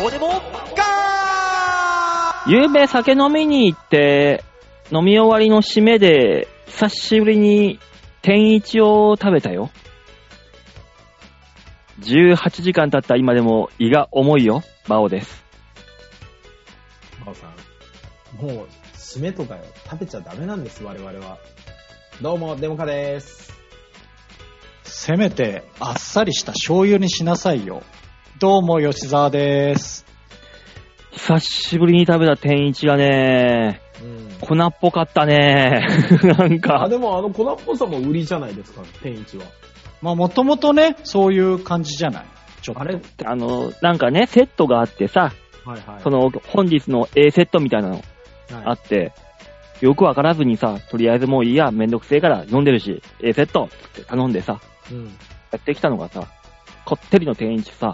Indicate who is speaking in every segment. Speaker 1: どうでもガー
Speaker 2: ゆうべ酒飲みに行って、飲み終わりの締めで、久しぶりに天一を食べたよ。18時間経った今でも胃が重いよ、バオです。
Speaker 3: 真央さん。もう、締めとかよ。食べちゃダメなんです、我々は。どうも、デモカです。
Speaker 4: せめて、あっさりした醤油にしなさいよ。どうも、吉沢です。
Speaker 2: 久しぶりに食べた天一がね、
Speaker 3: うん。
Speaker 2: 粉っぽかったね。 なん
Speaker 3: あ、
Speaker 2: か、
Speaker 3: でもあの粉っぽさも売りじゃないですか、天一は。
Speaker 4: まあ、もともとね、そういう感じじゃない。ちょっと。
Speaker 3: あれ
Speaker 2: あの、なんかね、セットがあってさ、
Speaker 3: はいはい。
Speaker 2: その、本日の A セットみたいなの
Speaker 3: はい
Speaker 2: あって、よくわからずにさ、とりあえずもういいや、めんどくせえから飲んでるし、A セットつって頼んでさ、
Speaker 3: うん。
Speaker 2: やってきたのがさ、こってりの天一さ、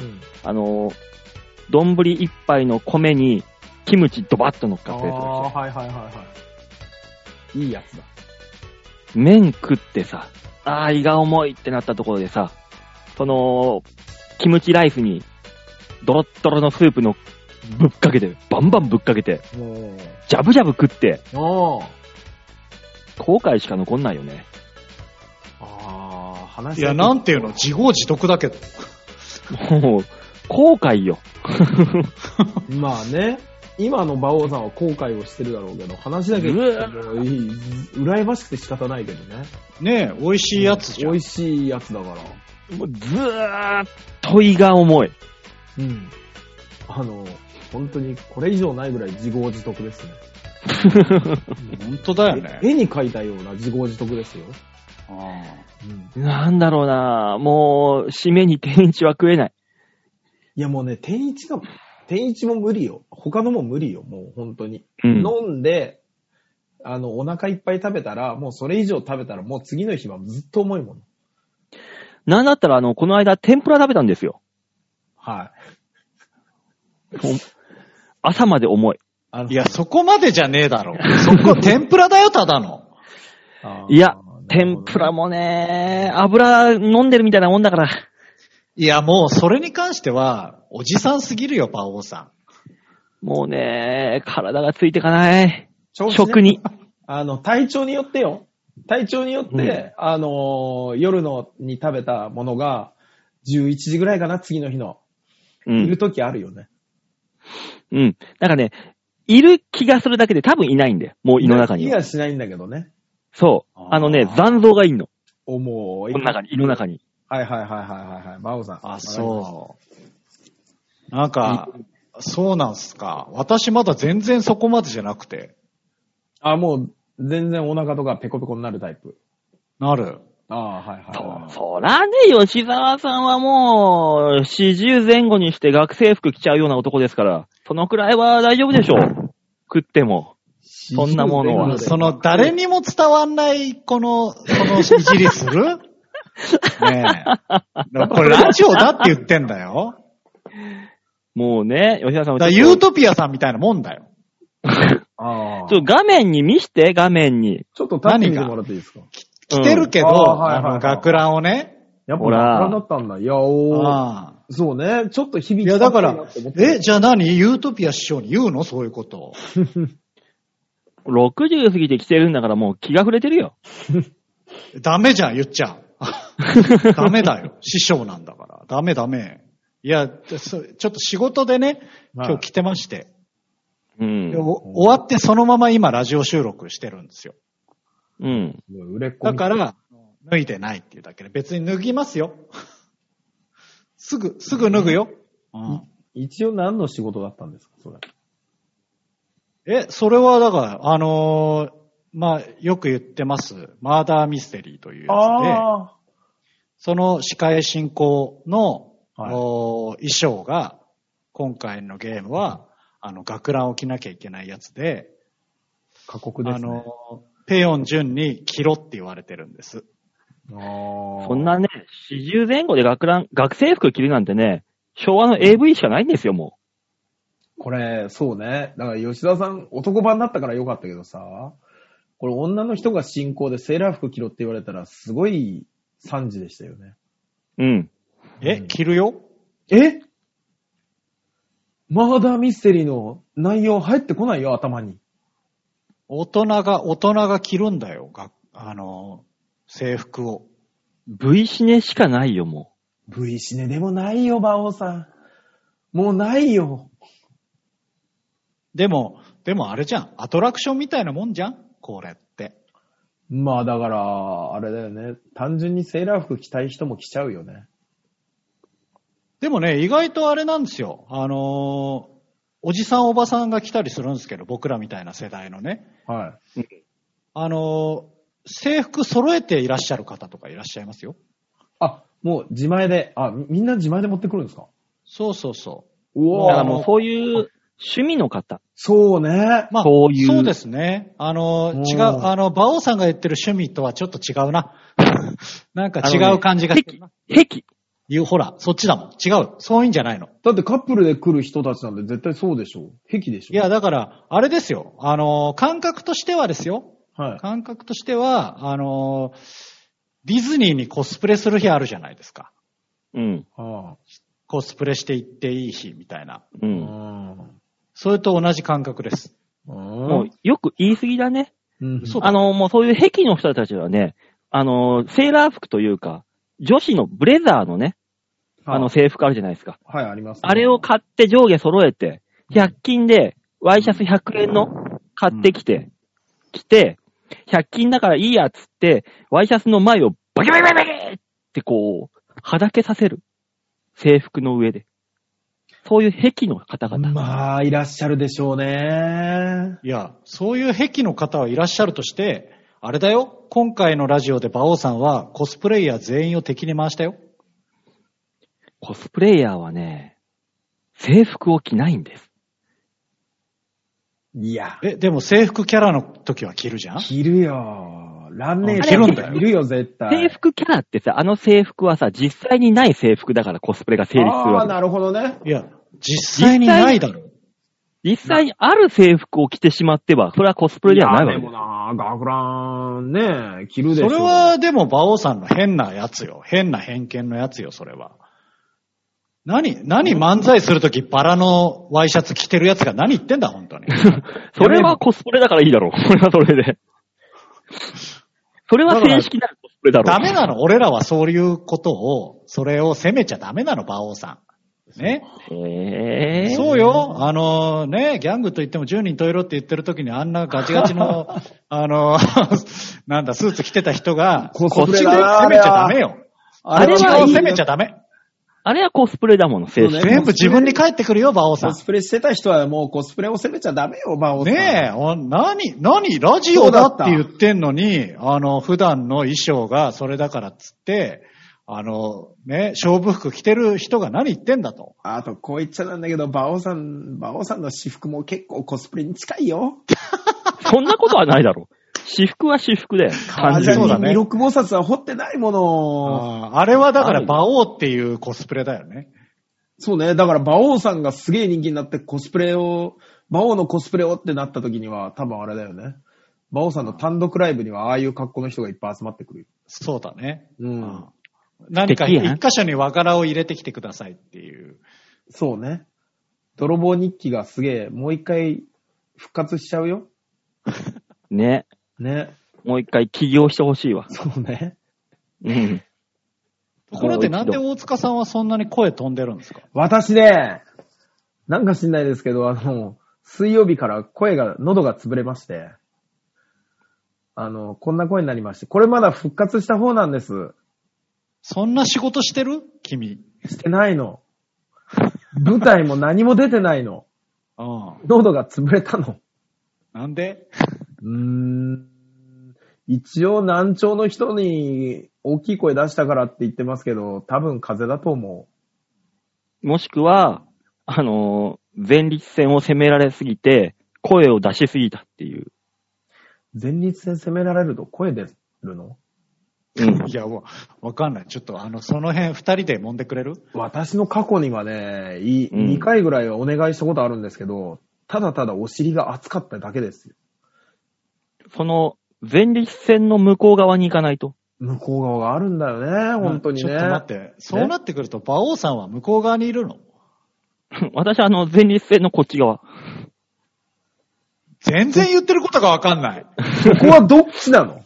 Speaker 3: うん。
Speaker 2: あのー、丼一杯の米に、キムチドバッと乗っ
Speaker 3: あ
Speaker 2: かってるやつだ
Speaker 3: あー、はいはいはいはい。いいやつだ。
Speaker 2: 麺食ってさ、あー胃が重いってなったところでさ、その、キムチライスに、ドロッドロのスープの、ぶっかけて、バンバンぶっかけて、
Speaker 3: も
Speaker 2: ジャブジャブ食って、
Speaker 3: う。おー。
Speaker 2: 後悔しか残んないよね。
Speaker 3: ああ、話
Speaker 4: いや、なんていうの、自業自得だけど。
Speaker 2: もう、後悔よ。
Speaker 3: まあね、今の馬王さんは後悔をしてるだろうけど、話だけ
Speaker 2: うわ
Speaker 3: もういい羨ましくて仕方ないけどね。
Speaker 4: ねえ、美味しいやつじゃん。
Speaker 3: 美味しいやつだから。
Speaker 2: もうずーっと胃が重い。
Speaker 3: うん。あの、本当にこれ以上ないぐらい自業自得ですね。
Speaker 4: 本当だよね。
Speaker 3: 絵に描いたような自業自得ですよ。
Speaker 4: あ
Speaker 3: うん。
Speaker 2: なんだろうなもう、締めに天一は食えない。
Speaker 3: いやもうね、天一が、天一も無理よ。他のも無理よ、もう本当に。
Speaker 2: うん。
Speaker 3: 飲んで、あの、お腹いっぱい食べたら、もうそれ以上食べたら、もう次の日はずっと重いもの。
Speaker 2: なんだったら、あの、この間、天ぷら食べたんですよ。
Speaker 3: はい。
Speaker 2: お朝まで重い。
Speaker 3: あの
Speaker 4: いや、そこまでじゃねえだろ。そこ、天ぷらだよ、ただの。
Speaker 3: あー
Speaker 2: いや
Speaker 3: なるほどね
Speaker 2: 天ぷらもね、油飲んでるみたいなもんだから。
Speaker 4: いや、もう、それに関しては、おじさんすぎるよ、馬王さ
Speaker 2: もうね、体がついてかない。
Speaker 3: 調子ね
Speaker 2: 食に。
Speaker 3: あの、体調によってよ。体調によって、
Speaker 2: うん
Speaker 3: あのー夜のに食べたものが、11時ぐらいかな、次の日の。
Speaker 2: う
Speaker 3: いる
Speaker 2: ん。
Speaker 3: 時あるよね。
Speaker 2: うん。なんかね、いる気がするだけで多分いないんだよ。もう胃の中に
Speaker 3: 気
Speaker 2: は。
Speaker 3: がしないんだけどね。
Speaker 2: そう。
Speaker 4: あー
Speaker 2: あのね、残像がいんの。
Speaker 3: 思う。
Speaker 2: この中に、胃の中に。
Speaker 3: はいはいはいはいはいはい。バオさん。
Speaker 4: ん。あ、
Speaker 3: わか
Speaker 4: そう。なんか、そうなんすか。私まだ全然そこまでじゃなくて。
Speaker 3: りました。あ、もう、全然お腹とかペコペコになるタイプ。
Speaker 4: なる。
Speaker 3: ああ、はいはいは
Speaker 2: そそらね、吉沢さんはもう、40前後にして学生服着ちゃうような男ですから、そのくらいは大丈夫でしょ う。食っても。
Speaker 3: い。
Speaker 2: そんなものは
Speaker 3: 40前後で
Speaker 4: その、誰にも伝わんない、この、こ のいじりするねえ。これラジオだって言ってんだよ。
Speaker 2: もうね、吉沢さんは
Speaker 4: だから
Speaker 2: ち
Speaker 4: ユ
Speaker 2: ょっ
Speaker 4: ートピアさんみたいなもんだよ。
Speaker 3: ああ。
Speaker 2: と画面に見して、画面に。
Speaker 3: ちょっと立ってみてもらっていいですか
Speaker 4: 来てるけど、
Speaker 3: うんあーはい
Speaker 4: あ
Speaker 3: はい
Speaker 4: の、学ランをね。
Speaker 3: やっぱ
Speaker 2: ほら
Speaker 3: 腹だったんだ。いや、おー。
Speaker 4: ああ
Speaker 3: そうね。ちょっと響
Speaker 4: い
Speaker 3: き
Speaker 4: や、だか
Speaker 3: 立
Speaker 4: ら
Speaker 3: ってるなっ、て思っ
Speaker 4: え、じゃあ何ユートピア師匠に言うのそういうことを。
Speaker 2: 60過ぎて着てるんだからもう気が触れてるよ。
Speaker 4: ダメじゃん、言 っちゃう。ダメだよ。師匠なんだから。ダメダメ。いや、そちょっと仕事でね、
Speaker 3: は
Speaker 4: 今
Speaker 3: い
Speaker 4: 日来てまして、
Speaker 2: う
Speaker 4: で
Speaker 2: ん。
Speaker 4: お終わってそのまま今ラジオ収録してるんですよ。
Speaker 2: うん。
Speaker 3: たもう売れっ子
Speaker 4: だ
Speaker 3: み
Speaker 4: か
Speaker 3: たい
Speaker 4: ら、脱いでないっていうだけで、別に脱ぎますよ。 すぐ、すぐ脱ぐよ。うん
Speaker 3: 一応何の仕事だったんですか、それ。
Speaker 4: え、それはだから、あのーまあ、よく言ってます、マーダーミステリーというやつで、
Speaker 3: あ
Speaker 4: その司会進行の、
Speaker 3: はい
Speaker 4: おー衣装が、今回のゲームは、あの、学ランを着なきゃいけないやつで、
Speaker 3: ー、過酷で
Speaker 4: あ
Speaker 3: すね
Speaker 4: の。ーペヨンジュンに着ろって言われてるんです。
Speaker 3: あ
Speaker 2: そんなね、40前後で学ラン、学生服着るなんてね、昭和の AV しかないんですよ、も
Speaker 3: これ、そうね。だから吉田さん、男版だったからよかったけどさ、これ女の人が進行でセーラー服着ろって言われたら、すごい惨事でしたよね。
Speaker 2: う。うん。
Speaker 4: え、
Speaker 3: うん
Speaker 4: 着るよ
Speaker 3: えマーダーミステリーの内容入ってこないよ、頭に。
Speaker 4: 大人が、大人が着るんだよ、があの、制服を。
Speaker 2: V シネしかないよ、も
Speaker 3: V シネでもないよ、馬王さん。もうないよ。
Speaker 4: でも、でもあれじゃん。アトラクションみたいなもんじゃんこれって。
Speaker 3: まあだから、あれだよね。単純にセーラー服着たい人も着ちゃうよね。
Speaker 4: でもね、意外とあれなんですよ。あのーおじさんおばさんが来たりするんですけど、僕らみたいな世代のね。
Speaker 3: は
Speaker 4: あのー制服揃えていらっしゃる方とかいらっしゃいますよ。
Speaker 3: い。あ、もう自前で、あ、みみんな自前で持ってくるんですか
Speaker 4: そうそうそう
Speaker 2: う。
Speaker 3: お
Speaker 2: だから
Speaker 3: ー
Speaker 2: もうそういう趣味の方。
Speaker 3: そうね
Speaker 4: う。。まあ、
Speaker 2: そういう
Speaker 4: そうですね。あのー
Speaker 3: うん
Speaker 4: 違う、あの、馬王さんが言ってる趣味とはちょっと違うな。 なんか違う感じがするな。
Speaker 2: 壁
Speaker 4: いう、ほら、そっちだもん。違う。そういうんじゃないの。
Speaker 3: だってカップルで来る人たちなんで絶対そうでしょう。癖でしょ
Speaker 4: いや、、だから、あれですよ。あのー感覚としてはですよ。
Speaker 3: はい。
Speaker 4: 感覚としては、あのーディズニーにコスプレする日あるじゃないですか。
Speaker 2: うん。
Speaker 3: あ
Speaker 4: コスプレして行っていい日みたいな。
Speaker 2: う。
Speaker 3: あうんん。
Speaker 4: それと同じ感覚です。
Speaker 2: もうよく言い過ぎだね。
Speaker 3: うん。
Speaker 4: そうだ
Speaker 2: あの、もうそういう壁の人たちはね、あの、セーラー服というか、女子のブレザーのね、あの制服あるじゃないですか。
Speaker 3: はい、あります、
Speaker 2: あれを買って上下揃えて、100均でワイシャツ100円の買ってきて、着て、100均だからいいやっつって、ワイシャツの前をバキバキバキバキってこう、はだけさせる。制服の上で。そういう壁の方々。
Speaker 3: まあ、いらっしゃるでしょうね。
Speaker 4: いや、そういう癖の方はいらっしゃるとして、あれだよ。今回のラジオで馬王さんはコスプレイヤー全員を敵に回したよ。
Speaker 2: コスプレイヤーはね、制服を着ないんです。
Speaker 3: いや、
Speaker 4: え、でも制服キャラの時は着るじゃん
Speaker 3: 着るよ。ランネー
Speaker 2: 着るん
Speaker 4: だよ
Speaker 3: 着るよ、絶対。
Speaker 2: 制服キャラってさ、あの制服はさ、実際にない制服だからコスプレが成立する
Speaker 3: ああ、
Speaker 2: わけ。
Speaker 3: なるほどね。
Speaker 4: いや、実際にないだろ。
Speaker 2: 実際にある制服を着てしまっては、それはコスプレではないわ
Speaker 3: や
Speaker 2: けで
Speaker 3: でも
Speaker 2: す。
Speaker 3: な、ガフランね、着るでし
Speaker 4: そ
Speaker 3: ょ。
Speaker 4: れはでも馬王さんの変なやつよ。変な偏見のやつよ、それは。何、何漫才するときバラのワイシャツ着てるやつが何言ってんだ、本当に。
Speaker 2: それはコスプレだからいいだろう。それはそれで。それは正式なコスプレだろう。
Speaker 4: ダメなの俺らはそういうことを、それを責めちゃダメなの、馬王さん。ね。
Speaker 2: へぇー。
Speaker 4: そうよ。あのね、ギャングと言っても10人十色って言ってる時にあんなガチガチの、あの なんだ、スーツ着てた人が、こ
Speaker 3: コ
Speaker 4: っ
Speaker 3: スプ
Speaker 4: ち
Speaker 3: レ
Speaker 4: を
Speaker 3: だな
Speaker 4: 責めちゃダメよ。あ
Speaker 2: あれ
Speaker 4: れ
Speaker 2: は
Speaker 4: はい
Speaker 2: い
Speaker 4: 責めちゃダメ。
Speaker 2: あれはコスプレだもの、正
Speaker 3: そう
Speaker 2: 式。
Speaker 3: ね
Speaker 4: 全部自分に返ってくるよ、馬王さ
Speaker 3: コ
Speaker 4: ん。
Speaker 3: スプレしてた人はもうコスプレを責めちゃダメよ、馬王さん。
Speaker 4: ねえ、お何、何、ラジオだって言ってんのに、あの、普段の衣装がそれだからっつって、あの、ね、勝負服着てる人が何言ってんだと。
Speaker 3: あと、こう言っちゃなんだけど、馬王さん、馬王さんの私服も結構コスプレに近いよ。
Speaker 2: そんなことはないだろう。私服は私服だよ。
Speaker 4: あ
Speaker 2: 単
Speaker 4: じゃ
Speaker 2: 純
Speaker 4: あそう
Speaker 2: に
Speaker 4: だ。ね
Speaker 3: 二六菩薩は掘ってないもの。
Speaker 4: あーあれはだから馬王っていうコスプレだよね。
Speaker 3: そうね。だから、馬王さんがすげえ人気になってコスプレを、馬王のコスプレをってなった時には、多分あれだよね。馬王さんの単独ライブには、ああいう格好の人がいっぱい集まってくるよ。
Speaker 4: そうだね。
Speaker 3: うん
Speaker 4: あー何か
Speaker 2: 素敵や
Speaker 4: 一
Speaker 2: ん
Speaker 4: 箇所に和柄を入れてきてくださいっていう。
Speaker 3: そうね。泥棒日記がすげえ、もう一回復活しちゃうよ。
Speaker 2: ね。
Speaker 3: ね。
Speaker 2: もう一回起業してほしいわ。
Speaker 3: そうね。
Speaker 2: うん。
Speaker 4: ところでなんで大塚さんはそんなに声飛んでるんですか
Speaker 3: 私ね、なんか知んないですけど、あの、水曜日から声が、喉が潰れまして、あの、こんな声になりまして、これまだ復活した方なんです。
Speaker 4: そんな仕事してる君。
Speaker 3: してないの。舞台も何も出てないの。
Speaker 4: うん。
Speaker 3: 喉が潰れたの。
Speaker 4: なんで
Speaker 3: うーん。一応難聴の人に大きい声出したからって言ってますけど、多分風邪だと思
Speaker 2: もしくは、あのー前立腺を責められすぎて、声を出しすぎたっていう。
Speaker 3: う。前立腺責められると声出るの
Speaker 2: うん
Speaker 4: い。や、もう、わかんない。ちょっと、あの、その辺、二人で揉んでくれる
Speaker 3: 私の過去にはね、い
Speaker 2: うん
Speaker 3: 2回ぐらいはお願いしたことあるんですけど、ただただお尻が熱かっただけですよ。
Speaker 2: その、前立腺の向こう側に行かないと。
Speaker 3: 向こう側があるんだよね、本当にね。
Speaker 4: ちょっと待って。そうなってくると、馬王さんは向こう側にいるの
Speaker 2: 私はあの、前立腺のこっち側。
Speaker 4: 全然言ってることがわかんない。
Speaker 3: そこはどっちなの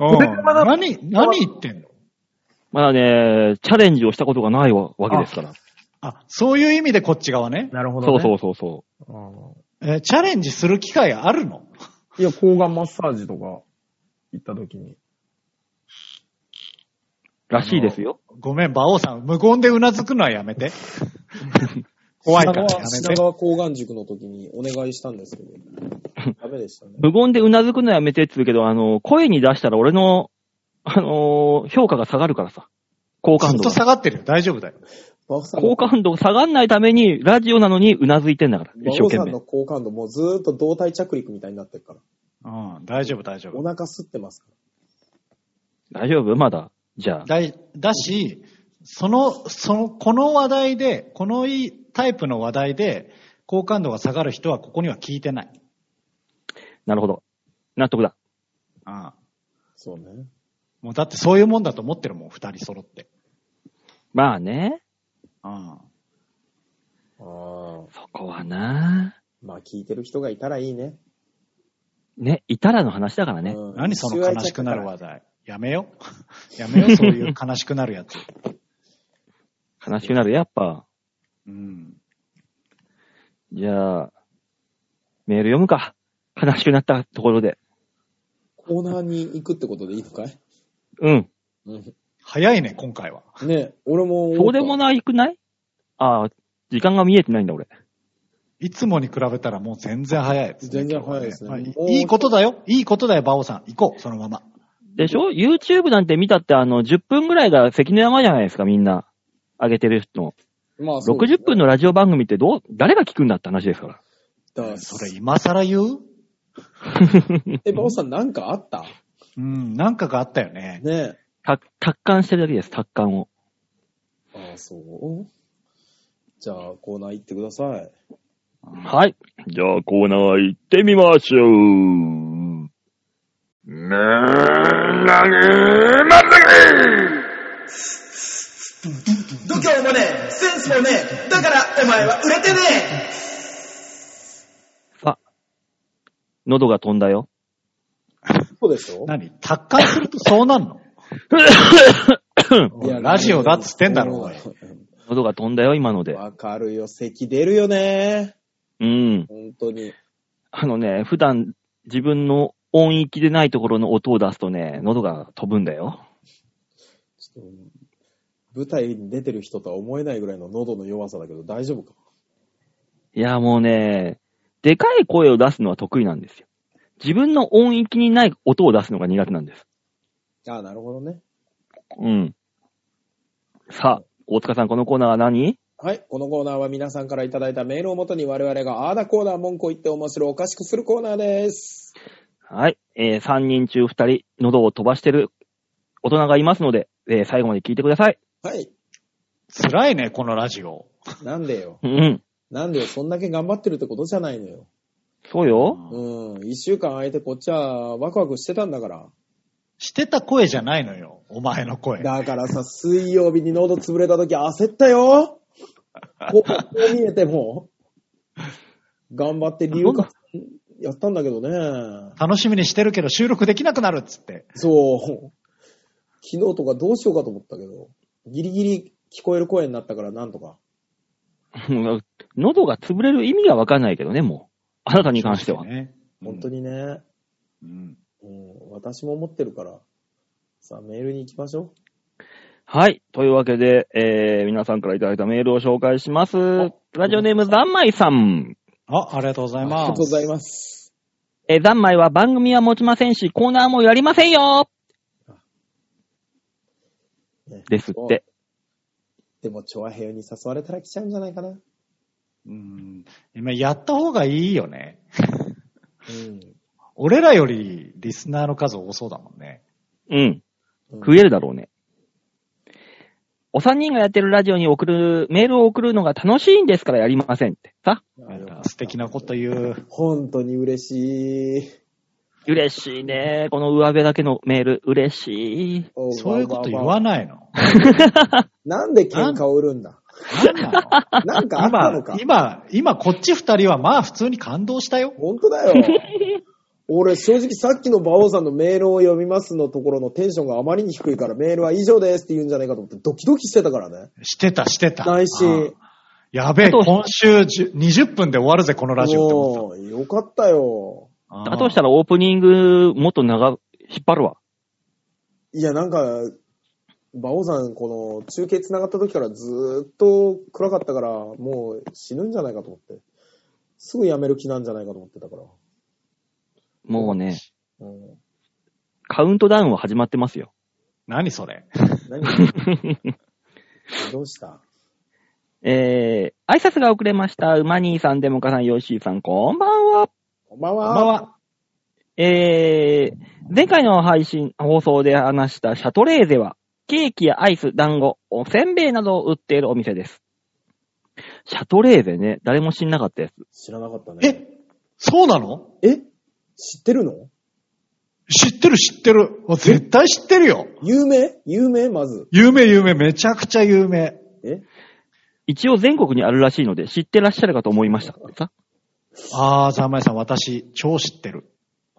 Speaker 4: うん
Speaker 3: これから
Speaker 4: 何、何言ってんの
Speaker 2: まだね、チャレンジをしたことがないわわけですから。
Speaker 4: あ、そういう意味でこっち側ね。
Speaker 3: なるほど、
Speaker 2: そ
Speaker 3: ね。
Speaker 2: うそうそうそ
Speaker 3: うん
Speaker 4: え、チャレンジする機会あるの
Speaker 3: いや、抗がんマッサージとか行った時に。
Speaker 2: う。らしいですよ。
Speaker 4: ごめん、馬王さん。無言でうなずくのはや めて。怖いからやめ
Speaker 1: 品
Speaker 4: て。
Speaker 1: 川高岩塾の時にお願いしたんです けど、ダメでしたね。
Speaker 2: 無言でうなずくのやめてって言うけど、あの、声に出したら俺の、あのー評価が下がるからさ。好
Speaker 4: ず
Speaker 2: 感
Speaker 4: っ
Speaker 2: 度
Speaker 4: と
Speaker 2: が。
Speaker 4: 下がってるよ。大丈夫だよ。
Speaker 1: バオさんの
Speaker 2: 好感度下がんないために、ラジオなのにうなずいてんだから、
Speaker 1: 馬
Speaker 2: 一生
Speaker 1: 王
Speaker 2: 懸
Speaker 1: さん
Speaker 2: 命
Speaker 1: の。好感度もうずーっと胴体着陸みたいになってるから。
Speaker 4: うん、大丈夫、大丈
Speaker 1: お
Speaker 4: 夫。
Speaker 1: 腹吸ってますか
Speaker 2: 大丈夫まだ。じゃあ。
Speaker 4: だい、だし、その、その、この話題で、このいタイプの話題で、好感度が下がる人はここには聞いてない。
Speaker 2: なるほど。納得だ。
Speaker 4: ああ
Speaker 1: ら。そうね。
Speaker 4: もうだってそういうもんだと思ってるもん、二人揃って。
Speaker 2: まあね。
Speaker 4: ああ
Speaker 1: ああ。
Speaker 2: そこはな。
Speaker 1: まあ聞いてる人がいたらいいね。
Speaker 2: ね、いたらの話だからね。
Speaker 1: うん
Speaker 4: 何その悲しくなる話題。やめよ。やめよ、そう いう悲しくなるやつ。
Speaker 2: 悲しくなる。やっぱ。
Speaker 4: うん。
Speaker 2: じゃあ、メール読むか。悲しくなったところで。
Speaker 1: コーナーに行くってことでいいのかい
Speaker 2: うん。
Speaker 1: うん。
Speaker 4: 早いね、今回は。
Speaker 1: ね俺も。
Speaker 2: そうでもないくないああ、時間が見えてないんだ、俺。
Speaker 4: いつもに比べたらもう全然早いですね、
Speaker 1: 全然早いですね
Speaker 4: 今日は
Speaker 1: もう
Speaker 4: いいいことだよ。いいことだよ、馬王さん。行こう、そのまま。
Speaker 2: でしょ ?YouTube なんて見たって、あの、10分ぐらいが関の山じゃないですか、みんな。上げてる人。
Speaker 1: まあそうです
Speaker 2: 60
Speaker 1: ね
Speaker 2: 分のラジオ番組ってどう、誰が聞くんだって話ですから。
Speaker 1: だから
Speaker 4: それ今更言う
Speaker 1: え、バオさんなんかあった
Speaker 4: うん、なんかがあったよね。
Speaker 1: ね
Speaker 2: た、達観してるだけです、達観を。
Speaker 1: ああ、そうじゃあコーナー行ってください。
Speaker 2: はい。じゃあコーナー行ってみましょう。
Speaker 5: 度胸もねえ、センスもねえ、だからお前は売れてねえ
Speaker 2: さ、喉が飛んだ よ。
Speaker 1: そうでしょ
Speaker 4: 何達観するとそうなんの
Speaker 1: いや
Speaker 4: ラジオだっつってんだろおい
Speaker 1: うん
Speaker 2: 喉が飛んだよ、今ので。
Speaker 1: わかるよ。咳出るよね。
Speaker 2: うん。
Speaker 1: 本当に。
Speaker 2: あのね、普段自分の音域でないところの音を出すとね、喉が飛ぶんだよ。
Speaker 1: ちょっと舞台に出てる人とは思えないぐらいの喉の弱さだけど大丈夫か
Speaker 2: いや、もうね、でかい声を出すのは得意なんですよ。自分の音域にない音を出すのが苦手なんです。
Speaker 1: ああ、なるほどね。
Speaker 2: うん。さあ、大塚さん、このコーナーは何
Speaker 1: はい。このコーナーは皆さんからいただいたメールをもとに我々があーだコーナー文句を言って面白おかしくするコーナーです。
Speaker 2: はい。えー、3人中2人、喉を飛ばしてる大人がいますので、えー、最後まで聞いてください。
Speaker 1: はい。
Speaker 4: 辛いね、このラジオ。
Speaker 1: なんでよ。
Speaker 2: うん。
Speaker 1: なんでよ。そんだけ頑張ってるってことじゃないのよ。
Speaker 2: そうよ。
Speaker 1: うん。一週間空いてこっちはワクワクしてたんだから。
Speaker 4: してた声じゃないのよ、お前の声。
Speaker 1: だからさ、水曜日に喉潰れた時焦ったよ。こう、こう見えても。頑張って理由か、やったんだけどね。
Speaker 4: 楽しみにしてるけど収録できなくなるっつって。
Speaker 1: そう。昨日とかどうしようかと思ったけど、ギリギリ聞こえる声になったからなんとか。
Speaker 2: 喉が潰れる意味がわかんないけどね、もう。あなたに関しては。
Speaker 4: ね。
Speaker 1: 本当にね、
Speaker 4: うん。
Speaker 1: うん、私も思ってるから。さあ、メールに行きましょ。
Speaker 2: はい。というわけで、えー、皆さんからいただいたメールを紹介します。ラジオネーム、ざんまいさん。
Speaker 4: あ、ありがとうございう
Speaker 1: あり
Speaker 4: ま
Speaker 1: がとうご
Speaker 4: す。
Speaker 1: ざいます。
Speaker 2: えー、ざんまいは番組は持ちませんし、コーナーもやりませんよ
Speaker 1: ね
Speaker 2: ですって。。
Speaker 1: でも、チョアヘヨに誘われたら来ちゃうんじゃないかな。うん。
Speaker 4: うん。今やった方がいいよね。俺らよりリスナーの数多そうだもんね。
Speaker 2: うん。
Speaker 1: うん
Speaker 2: 食えるだろうね。お三人がやってるラジオに送る、メールを送るのが楽しいんですからやりませんって。さ
Speaker 1: あよかった
Speaker 4: 素敵なこと言 う。
Speaker 1: 本当に嬉しい。
Speaker 2: 嬉しいね。この上辺だけのメール、嬉しい。
Speaker 1: お
Speaker 4: そういうこと言
Speaker 1: わわわ
Speaker 4: わないの。
Speaker 1: なんで喧嘩を売るんだ
Speaker 4: なんな
Speaker 1: なんかあったのか
Speaker 4: の。今、今、こっち二人はまあ普通に感動したよ。
Speaker 1: 本当だよ。 俺、正直さっきの馬王さんのメールを読みますのところのテンションがあまりに低いからメールは以上ですって言うんじゃないかと思ってドキドキしてたからね。
Speaker 4: してた、してた。
Speaker 1: 内心。
Speaker 4: やべえ、
Speaker 2: あと
Speaker 4: 今週じゅ20分で終わるぜ、このラジオって思って
Speaker 1: もう、よかったよ。
Speaker 4: た。
Speaker 2: だとしたらオープニングもっと長、引っ張るわ。
Speaker 1: いや、なんか、馬王さん、この中継繋がった時からずーっと暗かったから、もう死ぬんじゃないかと思って。すぐ辞める気なんじゃないかと思ってたから。
Speaker 2: もうね、
Speaker 1: うん、
Speaker 2: カウントダウンは始まってますよ。
Speaker 4: 何それ。
Speaker 1: 何どうした
Speaker 2: えー、挨拶が遅れました。馬兄さん、デモカさん、ヨッシーさん、こんばんは。
Speaker 1: こんばん
Speaker 4: こ
Speaker 1: は。
Speaker 4: んばんは。
Speaker 2: えー、前回の配信、放送で話したシャトレーゼは、ケーキやアイス、団子、おせんべいなどを売っているお店です。シャトレーゼね、誰も知んなかったやつ。
Speaker 1: 知らなかったね。
Speaker 4: え、そうなの
Speaker 1: え知ってるの
Speaker 4: 知ってる、知ってる。もう絶対知ってるよ。
Speaker 1: 有名有名まず。
Speaker 4: 有名、有名。めちゃくちゃ有名。
Speaker 1: え
Speaker 2: 一応全国にあるらしいので、知ってらっしゃるかと思いましたってさ。
Speaker 4: あー、ざまいさん、私、超知ってる。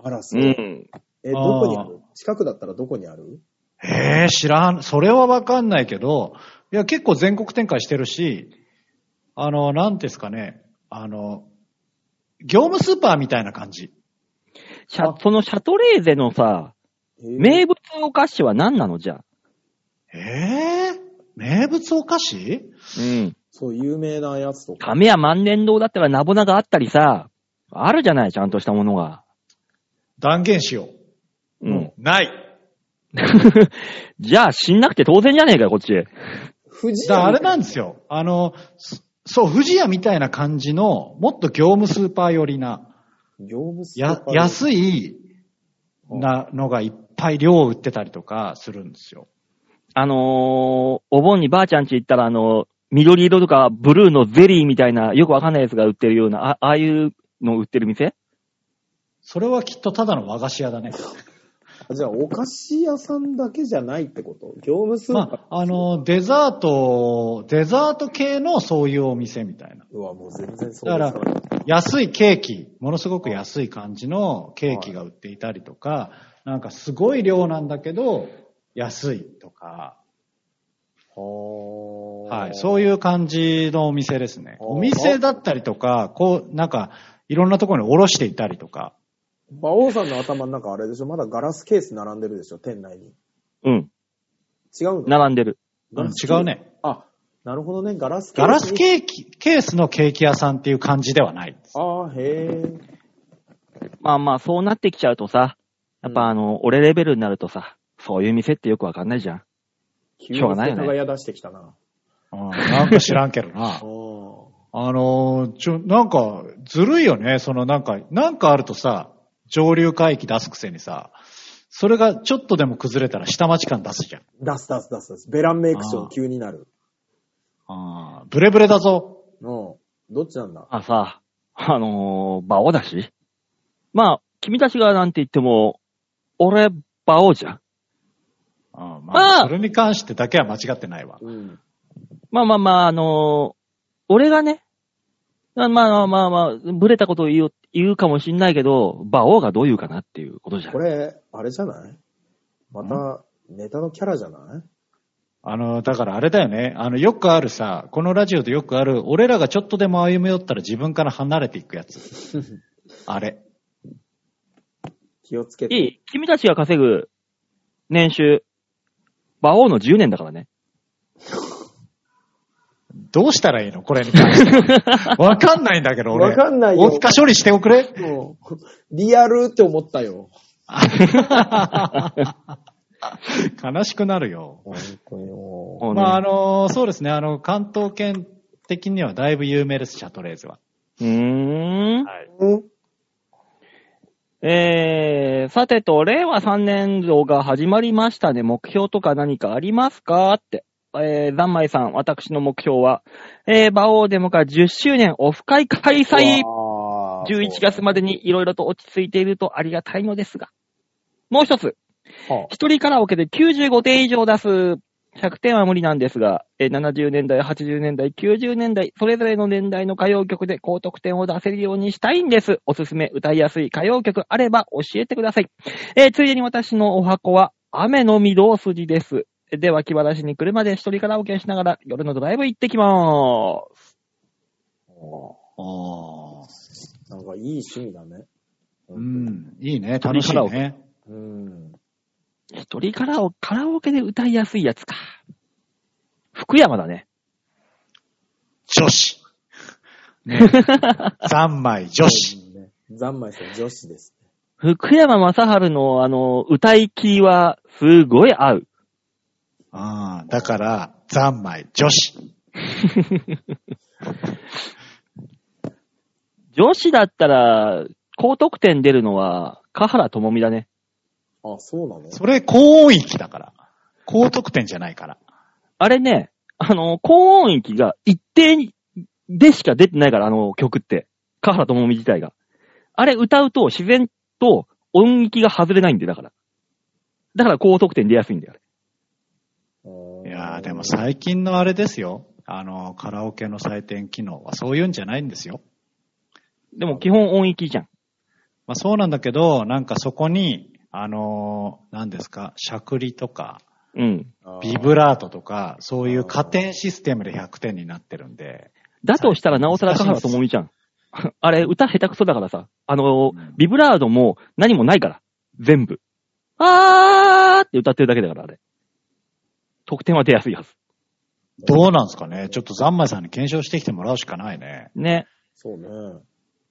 Speaker 1: あら、そうう。
Speaker 2: ん。
Speaker 1: え、どこにある近くだったらどこにある
Speaker 4: えー、知らん。それはわかんないけど、いや、結構全国展開してるし、あの、なんていうんですかね。あの、業務スーパーみたいな感じ。
Speaker 2: シャそのシャトレーゼのさ、
Speaker 1: えー
Speaker 2: 名物お菓子は何なのじゃあ。
Speaker 4: えー、名物お菓子
Speaker 2: うん。
Speaker 1: そう、有名なやつとか。
Speaker 2: 亀や万年堂だったらナボナがあったりさ、あるじゃない、ちゃんとしたものが。
Speaker 4: 断言しよう。
Speaker 2: うん。
Speaker 4: ない。
Speaker 2: じゃあ、死んなくて当然じゃねえかよ、こっち。
Speaker 1: 富士
Speaker 4: だからあれ
Speaker 1: な
Speaker 4: なんですよ。あの、そそう、富士屋みたいな感じの、もっと業務スーパー寄りな、
Speaker 1: 業務スー
Speaker 4: や、
Speaker 1: パー
Speaker 4: 安い、な、のがいっぱい量売ってたりとかするんですよ。
Speaker 2: あのー、お盆にばあちゃんち行ったら、あのー緑色とかブルーのゼリーみたいな、よくわかんないやつが売ってるような、あああいうの売ってる店
Speaker 4: それはきっとただの和菓子屋だね。
Speaker 1: あじゃあ、お菓子屋さんだけじゃないってこと業務スーパー。
Speaker 4: まあ、あの、デザート、デザート系のそういうお店みたいな。
Speaker 1: うわ、もう全然そう
Speaker 4: だか
Speaker 1: です
Speaker 4: ら、安いケーキ、ものすごく安い感じのケーキが売っていたりとか、なんかすごい量なんだけど、安いとか、はい、そう
Speaker 1: いう。
Speaker 4: いう感じのお店ですね。
Speaker 1: おー
Speaker 4: お店だったりとか、こう、なんか、いろんなところに卸していたりとか。
Speaker 1: 馬王さんの頭の中あれでしょまだガラスケース並んでるでしょ店内に。
Speaker 2: うん。
Speaker 1: 違うの
Speaker 2: 並んでる。
Speaker 4: うん
Speaker 1: ガラスケー
Speaker 4: 違うね。
Speaker 1: あ、なるほどね。ガラスケース。
Speaker 4: ガラスケーキ、ケースのケーキ屋さんっていう感じではないです。
Speaker 1: ああ、へえ。
Speaker 2: まあまあ、そうなってきちゃうとさ、やっぱあのー俺レベルになるとさ、そういう店ってよくわかんないじゃん。
Speaker 1: 急
Speaker 2: しょうがないよね
Speaker 1: 世田谷出してきたな。
Speaker 4: うん、なんか知らんけどな
Speaker 1: あ。ー
Speaker 4: あのーちょ、なんか、ずるいよね。そのなんか、なんかあるとさ、上流海域出すくせにさ、それがちょっとでも崩れたら下町感出すじゃん。
Speaker 1: 出す出す出す出す。ベランメイクション急になる。
Speaker 4: あーブレブレだぞ。
Speaker 1: うん。どっちなんだ
Speaker 2: あさ、あのー、馬王だし。まあ、君たちがなんて言っても、俺、馬王じゃん。
Speaker 4: うんま
Speaker 2: あ
Speaker 4: あ、
Speaker 2: ー
Speaker 4: それに関してだけは間違ってないわ。
Speaker 1: うん。
Speaker 2: まあまあまあ、あのー俺がね、まあまあまあまあ、ぶれたことを言う言うかもしんないけど、馬王がどう言うかなっていうことじゃん
Speaker 1: こ。れ、あれじゃないまた、ネタのキャラじゃない
Speaker 4: あの、だからあれだよね。あの、よくあるさ、このラジオでよくある、俺らがちょっとでも歩み寄ったら自分から離れていくやつ。 あれ。
Speaker 1: 気をつけ
Speaker 2: い
Speaker 1: て。
Speaker 2: い君たちが稼ぐ年収、馬王の10年だからね。
Speaker 4: どうしたらいいのこれに関 して。わかんないんだけど、俺。
Speaker 1: わかんないよ
Speaker 4: 大塚処理しておくれ。
Speaker 1: もう リアルって思ったよ。
Speaker 4: 悲しくなるよ。
Speaker 1: 本当にも
Speaker 2: もうね
Speaker 4: まあ、あのそうですね。あの、関東圏的にはだいぶ有名です、シャトレーゼは。
Speaker 2: うーん。
Speaker 4: はい。
Speaker 1: う。うん
Speaker 2: えー、さてと、令和3年度が始まりましたね。目標とか何かありますかって。えー、ざんまいさん、私の目標は、えー、馬王デモカ10周年オフ会開催
Speaker 1: あー
Speaker 2: 11月までにいろいろと落ち着いているとありがたいのですが。もう一つ。
Speaker 1: はあ
Speaker 2: 一人カラオケで95点以上出す。 100点は無理なんですが、えー70年代、80年代、90年代、それぞれの年代の歌謡曲で高得点を出せるようにしたいんです。おすすめ歌いやすい歌謡曲あれば教えてください。えーついでに私のお箱は、雨の御堂筋です。では、気晴らしに車で一人カラオケしながら夜のドライブ行ってきまーす。
Speaker 4: ああ。
Speaker 1: なんかいい趣味だね。
Speaker 4: う
Speaker 1: うん。
Speaker 4: ん。いいね。楽しいね。
Speaker 1: うん。
Speaker 2: 一人カラオカラオケで歌いやすいやつか。福山だね。
Speaker 4: 女子。ね。三枚女子。
Speaker 1: ね。残枚さん女子です。
Speaker 2: 福山雅治のあの、歌い気はすごい合う。
Speaker 4: ああ。だから、三枚女子。
Speaker 2: 女子だったら、高得点出るのは、香原智美だね。
Speaker 1: あ、そうなの
Speaker 4: それ、高音域だから。高得点じゃないから。
Speaker 2: あれね、あの、高音域が一定にでしか出てないから、あの曲って。香原智美自体が。あれ歌うと自然と音域が外れないんで、だから。だから高得点出やすいんだよ。
Speaker 1: う
Speaker 4: い
Speaker 1: ん
Speaker 4: やー、でも最近のあれですよ。あの、カラオケの採点機能はそういうんじゃないんですよ。
Speaker 2: でも基本音域じゃん。
Speaker 4: まあそうなんだけど、なんかそこに、あのー、何ですか、しゃくりとか、
Speaker 2: うん。
Speaker 4: ビブラートとか、そういう加点システムで100点になってるんで、
Speaker 2: だとしたら、なおさら香原智美じゃん。 あれ、歌下手くそだからさ。あの
Speaker 4: うん、
Speaker 2: ビブラードも何もないから。全部。あーって歌ってるだけだから、あれ。得点は出やすいはず。
Speaker 4: どうなんですかねちょっとザンマイさんに検証してきてもらうしかないね。
Speaker 2: ね。
Speaker 1: そうね。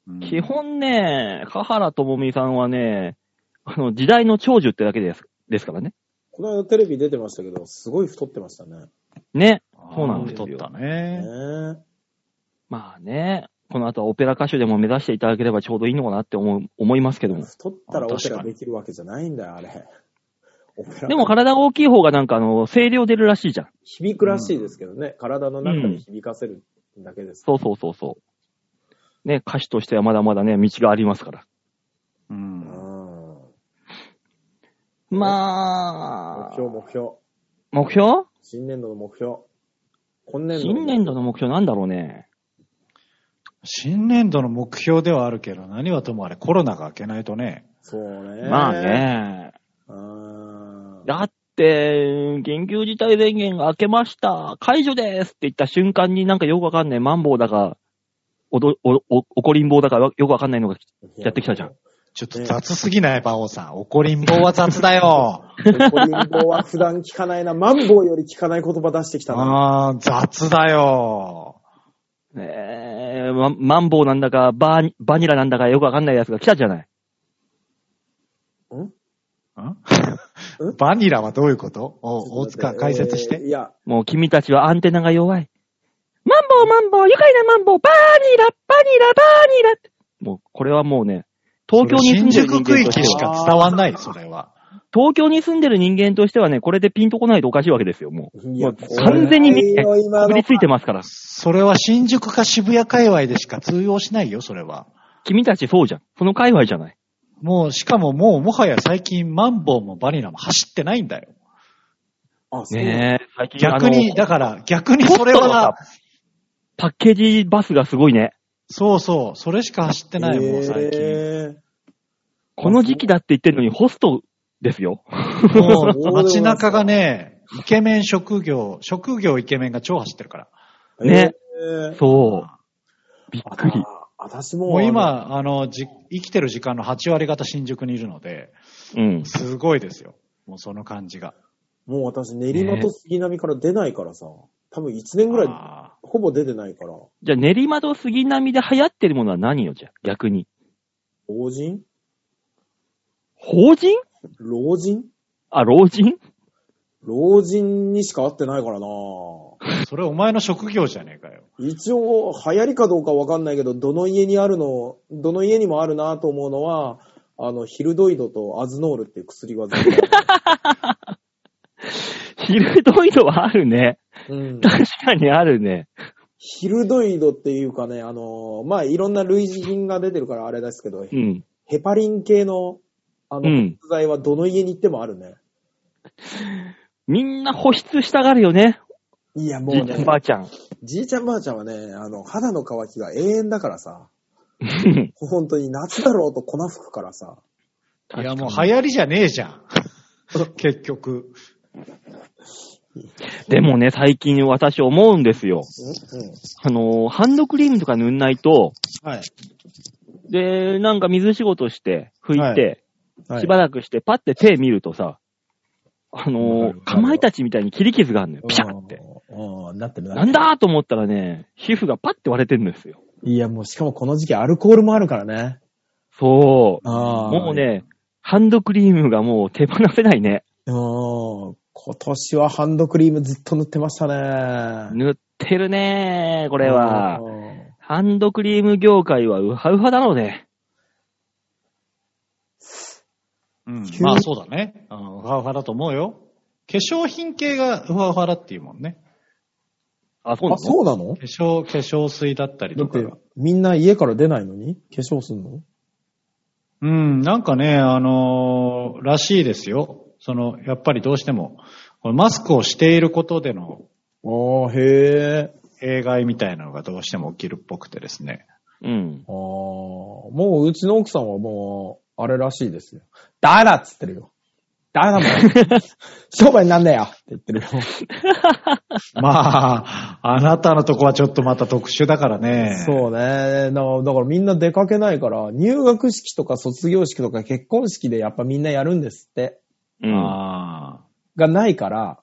Speaker 4: うん
Speaker 2: 基本ね、香原智美さんはね、あの、時代の長寿ってだけですですからね。
Speaker 1: この間テレビ出てましたけど、すごい太ってましたね。
Speaker 2: ね。
Speaker 4: あー
Speaker 2: そうなんですよ
Speaker 4: 太った
Speaker 1: ね
Speaker 4: ね。
Speaker 2: まあね、この後はオペラ歌手でも目指していただければちょうどいいのかなって思う、思いますけども。
Speaker 1: 太ったら
Speaker 4: あ
Speaker 1: オペ
Speaker 4: 確か
Speaker 1: ラ
Speaker 4: に
Speaker 1: できるわけじゃないんだよ、あれ。オペラ。
Speaker 2: でも体が大きい方がなんかあの、声量出るらしいじゃん。
Speaker 1: 響くらしいですけどね。体の中に響かせるだけです。
Speaker 2: そうそうそうそう。ね、歌手としてはまだまだね、道がありますから。
Speaker 4: う。
Speaker 1: うんん。
Speaker 2: ま
Speaker 1: 目標、目標。
Speaker 2: 目標
Speaker 1: 新年度の目標。今年度の目標。
Speaker 2: 新年度の目標なんだろうね。
Speaker 4: 新年度の目標ではあるけど、何はともあれコロナが明けないとね。
Speaker 1: そうね。
Speaker 2: まあ。ね。
Speaker 1: うん。
Speaker 2: だって、緊急事態宣言が明けました。解除ですって言った瞬間になんかよくわかんないマンボウだか、おど、お、お、怒りん坊だかよくわかんないのが来やってきたじゃん。
Speaker 4: ちょっと雑すぎない、馬王さん。怒りん坊は雑だ よ。
Speaker 1: コリンボは普段聞かないな。マンボウより聞かない言葉出してきた な。
Speaker 4: ああ、雑だよ。
Speaker 2: えー、まマンボウなんだか、バー、バニラなんだかよくわかんないやつが来たじゃない。
Speaker 1: ん
Speaker 4: んバニラはどういうことお大塚、解説し
Speaker 1: えー
Speaker 4: て。
Speaker 1: いや、
Speaker 2: もう君たちはアンテナが弱い。マンボウ、マンボウ、愉快なマンボウ、バーニラ、バニラ、バーニラってもう、これはもうね、東京に住ん
Speaker 4: 新
Speaker 2: でる人
Speaker 4: 宿区
Speaker 2: 間として
Speaker 4: 域
Speaker 2: は
Speaker 4: しか伝わんない、それは。
Speaker 2: 東京に住んでる人間としてはね、これでピンとこないとおかしいわけですよ、もう。
Speaker 1: いや
Speaker 2: もう完全に見て、
Speaker 1: 怖いよ今の
Speaker 2: こびりついてますから。
Speaker 4: それは新宿か渋谷界隈でしか通用しないよ、それは。
Speaker 2: 君たちそうじゃん。その界隈じゃない。
Speaker 4: もう、しかももう、もはや最近、マンボウもバニラも走ってないんだよ。
Speaker 1: あ、そう。
Speaker 2: ねえ、最近
Speaker 4: 逆に、
Speaker 2: あ
Speaker 4: だ
Speaker 2: の
Speaker 4: から、逆にそれ
Speaker 2: ホットの
Speaker 4: は
Speaker 2: さ、パッケージバスがすごいね。
Speaker 4: そうそう、それしか走ってない、もう最近。
Speaker 1: えー
Speaker 2: この時期だって言ってるのにホストですよ。
Speaker 4: も
Speaker 1: そう
Speaker 4: う、街中がね、イケメン職業、職業イケメンが超走ってるから。
Speaker 2: ね。
Speaker 1: えー
Speaker 2: そう。びっくり。
Speaker 1: あ私も。
Speaker 4: もう今、あの、じ生きてる時間の8割方新宿にいるので、
Speaker 2: うん。
Speaker 4: すごいですよ。もうその感じが。
Speaker 1: あの、もう私、練馬と杉並から出ないからさ、多分1年ぐらい、
Speaker 4: あ
Speaker 1: ほぼ出てないから、
Speaker 2: じゃあ練馬と杉並で流行ってるものは何よ、じゃあ逆に。
Speaker 1: 老人
Speaker 2: 法人
Speaker 1: 老人
Speaker 2: あ、老人
Speaker 1: 老人にしか会ってないからな
Speaker 4: ーそれお前の職業じゃねえかよ。
Speaker 1: 一応、流行りかどうかわかんないけど、どの家にあるの、どの家にもあるなと思うのは、あの、ヒルドイドとアズノールっていう 薬は全部あ
Speaker 2: ヒルドイドはあるね。
Speaker 1: る、うん、
Speaker 2: 確かにあるね。
Speaker 1: ヒルドイドっていうかね、あの、まあ、いろんな類似品が出てるからあれですけど、
Speaker 2: うん。
Speaker 1: ヘパリン系の、あ
Speaker 2: う
Speaker 1: の、
Speaker 2: ん
Speaker 1: 薬剤はどの家に行ってもあるね。
Speaker 2: みんな保湿したがるよね。
Speaker 6: いや、も
Speaker 2: じ
Speaker 6: う
Speaker 2: いちゃ
Speaker 6: ね
Speaker 2: ん、ばあ ちゃん。
Speaker 6: じいちゃんばあちゃんはね、あの、肌の乾きが永遠だからさ、本当に夏だろうと粉吹くからさ、
Speaker 4: いや、もう
Speaker 2: 確かに
Speaker 4: 流行りじゃねえじ ゃん。結局。
Speaker 2: でもね、最近私思うんですよ。あのーハンドクリームとか塗んないと、
Speaker 4: はい。
Speaker 2: で、なんか水仕事して、拭いて、
Speaker 4: はい
Speaker 2: しばらくして、パッて手見るとさ、あのー、かまいたちみたいに切り傷があるのよ。ピシャッて。
Speaker 1: うん。うん、なってる
Speaker 2: なんだーと思ったらね、皮膚がパッて割れてんですよ。
Speaker 1: いや、もうしかもこの時期アルコールもあるからね。
Speaker 2: そう。
Speaker 1: ああ。
Speaker 2: もう。ね、ハンドクリームがもう手放せないね。
Speaker 1: うん。今年はハンドクリームずっと塗ってましたね。
Speaker 2: 塗ってるねー、こ
Speaker 1: こ
Speaker 2: れは。ハンドクリーム業界はウハウハだろうね。
Speaker 4: うん。まあそうだね。うん、ウハウハだと思うよ。化粧品系がウハウハだっていうもんね。
Speaker 2: あ、そうなの
Speaker 1: あ、そうなの
Speaker 4: 化粧、化粧水だったり
Speaker 1: だ
Speaker 4: と
Speaker 1: っ
Speaker 4: か
Speaker 1: て
Speaker 4: が。、
Speaker 1: みんな家から出ないのに化粧すんの
Speaker 4: うん、なんかね、あのーらしいですよ。その、やっぱりどうしても、このマスクをしていることでの
Speaker 1: ああ、へえ。
Speaker 4: 弊害みたいなのがどうしても起きるっぽくてですね。
Speaker 2: うん
Speaker 1: あ。あ、もううちの奥さんはもう、あれらしいですよ。ダメだっつってるよ。ダメだもん。 商売になんねえよって言ってるよ。
Speaker 4: まあ、あなたのとこはちょっとまた特殊だからね。
Speaker 1: そうね。なだからみんな出かけないから、入学式とか卒業式とか結婚式でやっぱみんなやるんですって。
Speaker 2: うん。
Speaker 4: あ
Speaker 1: がないから、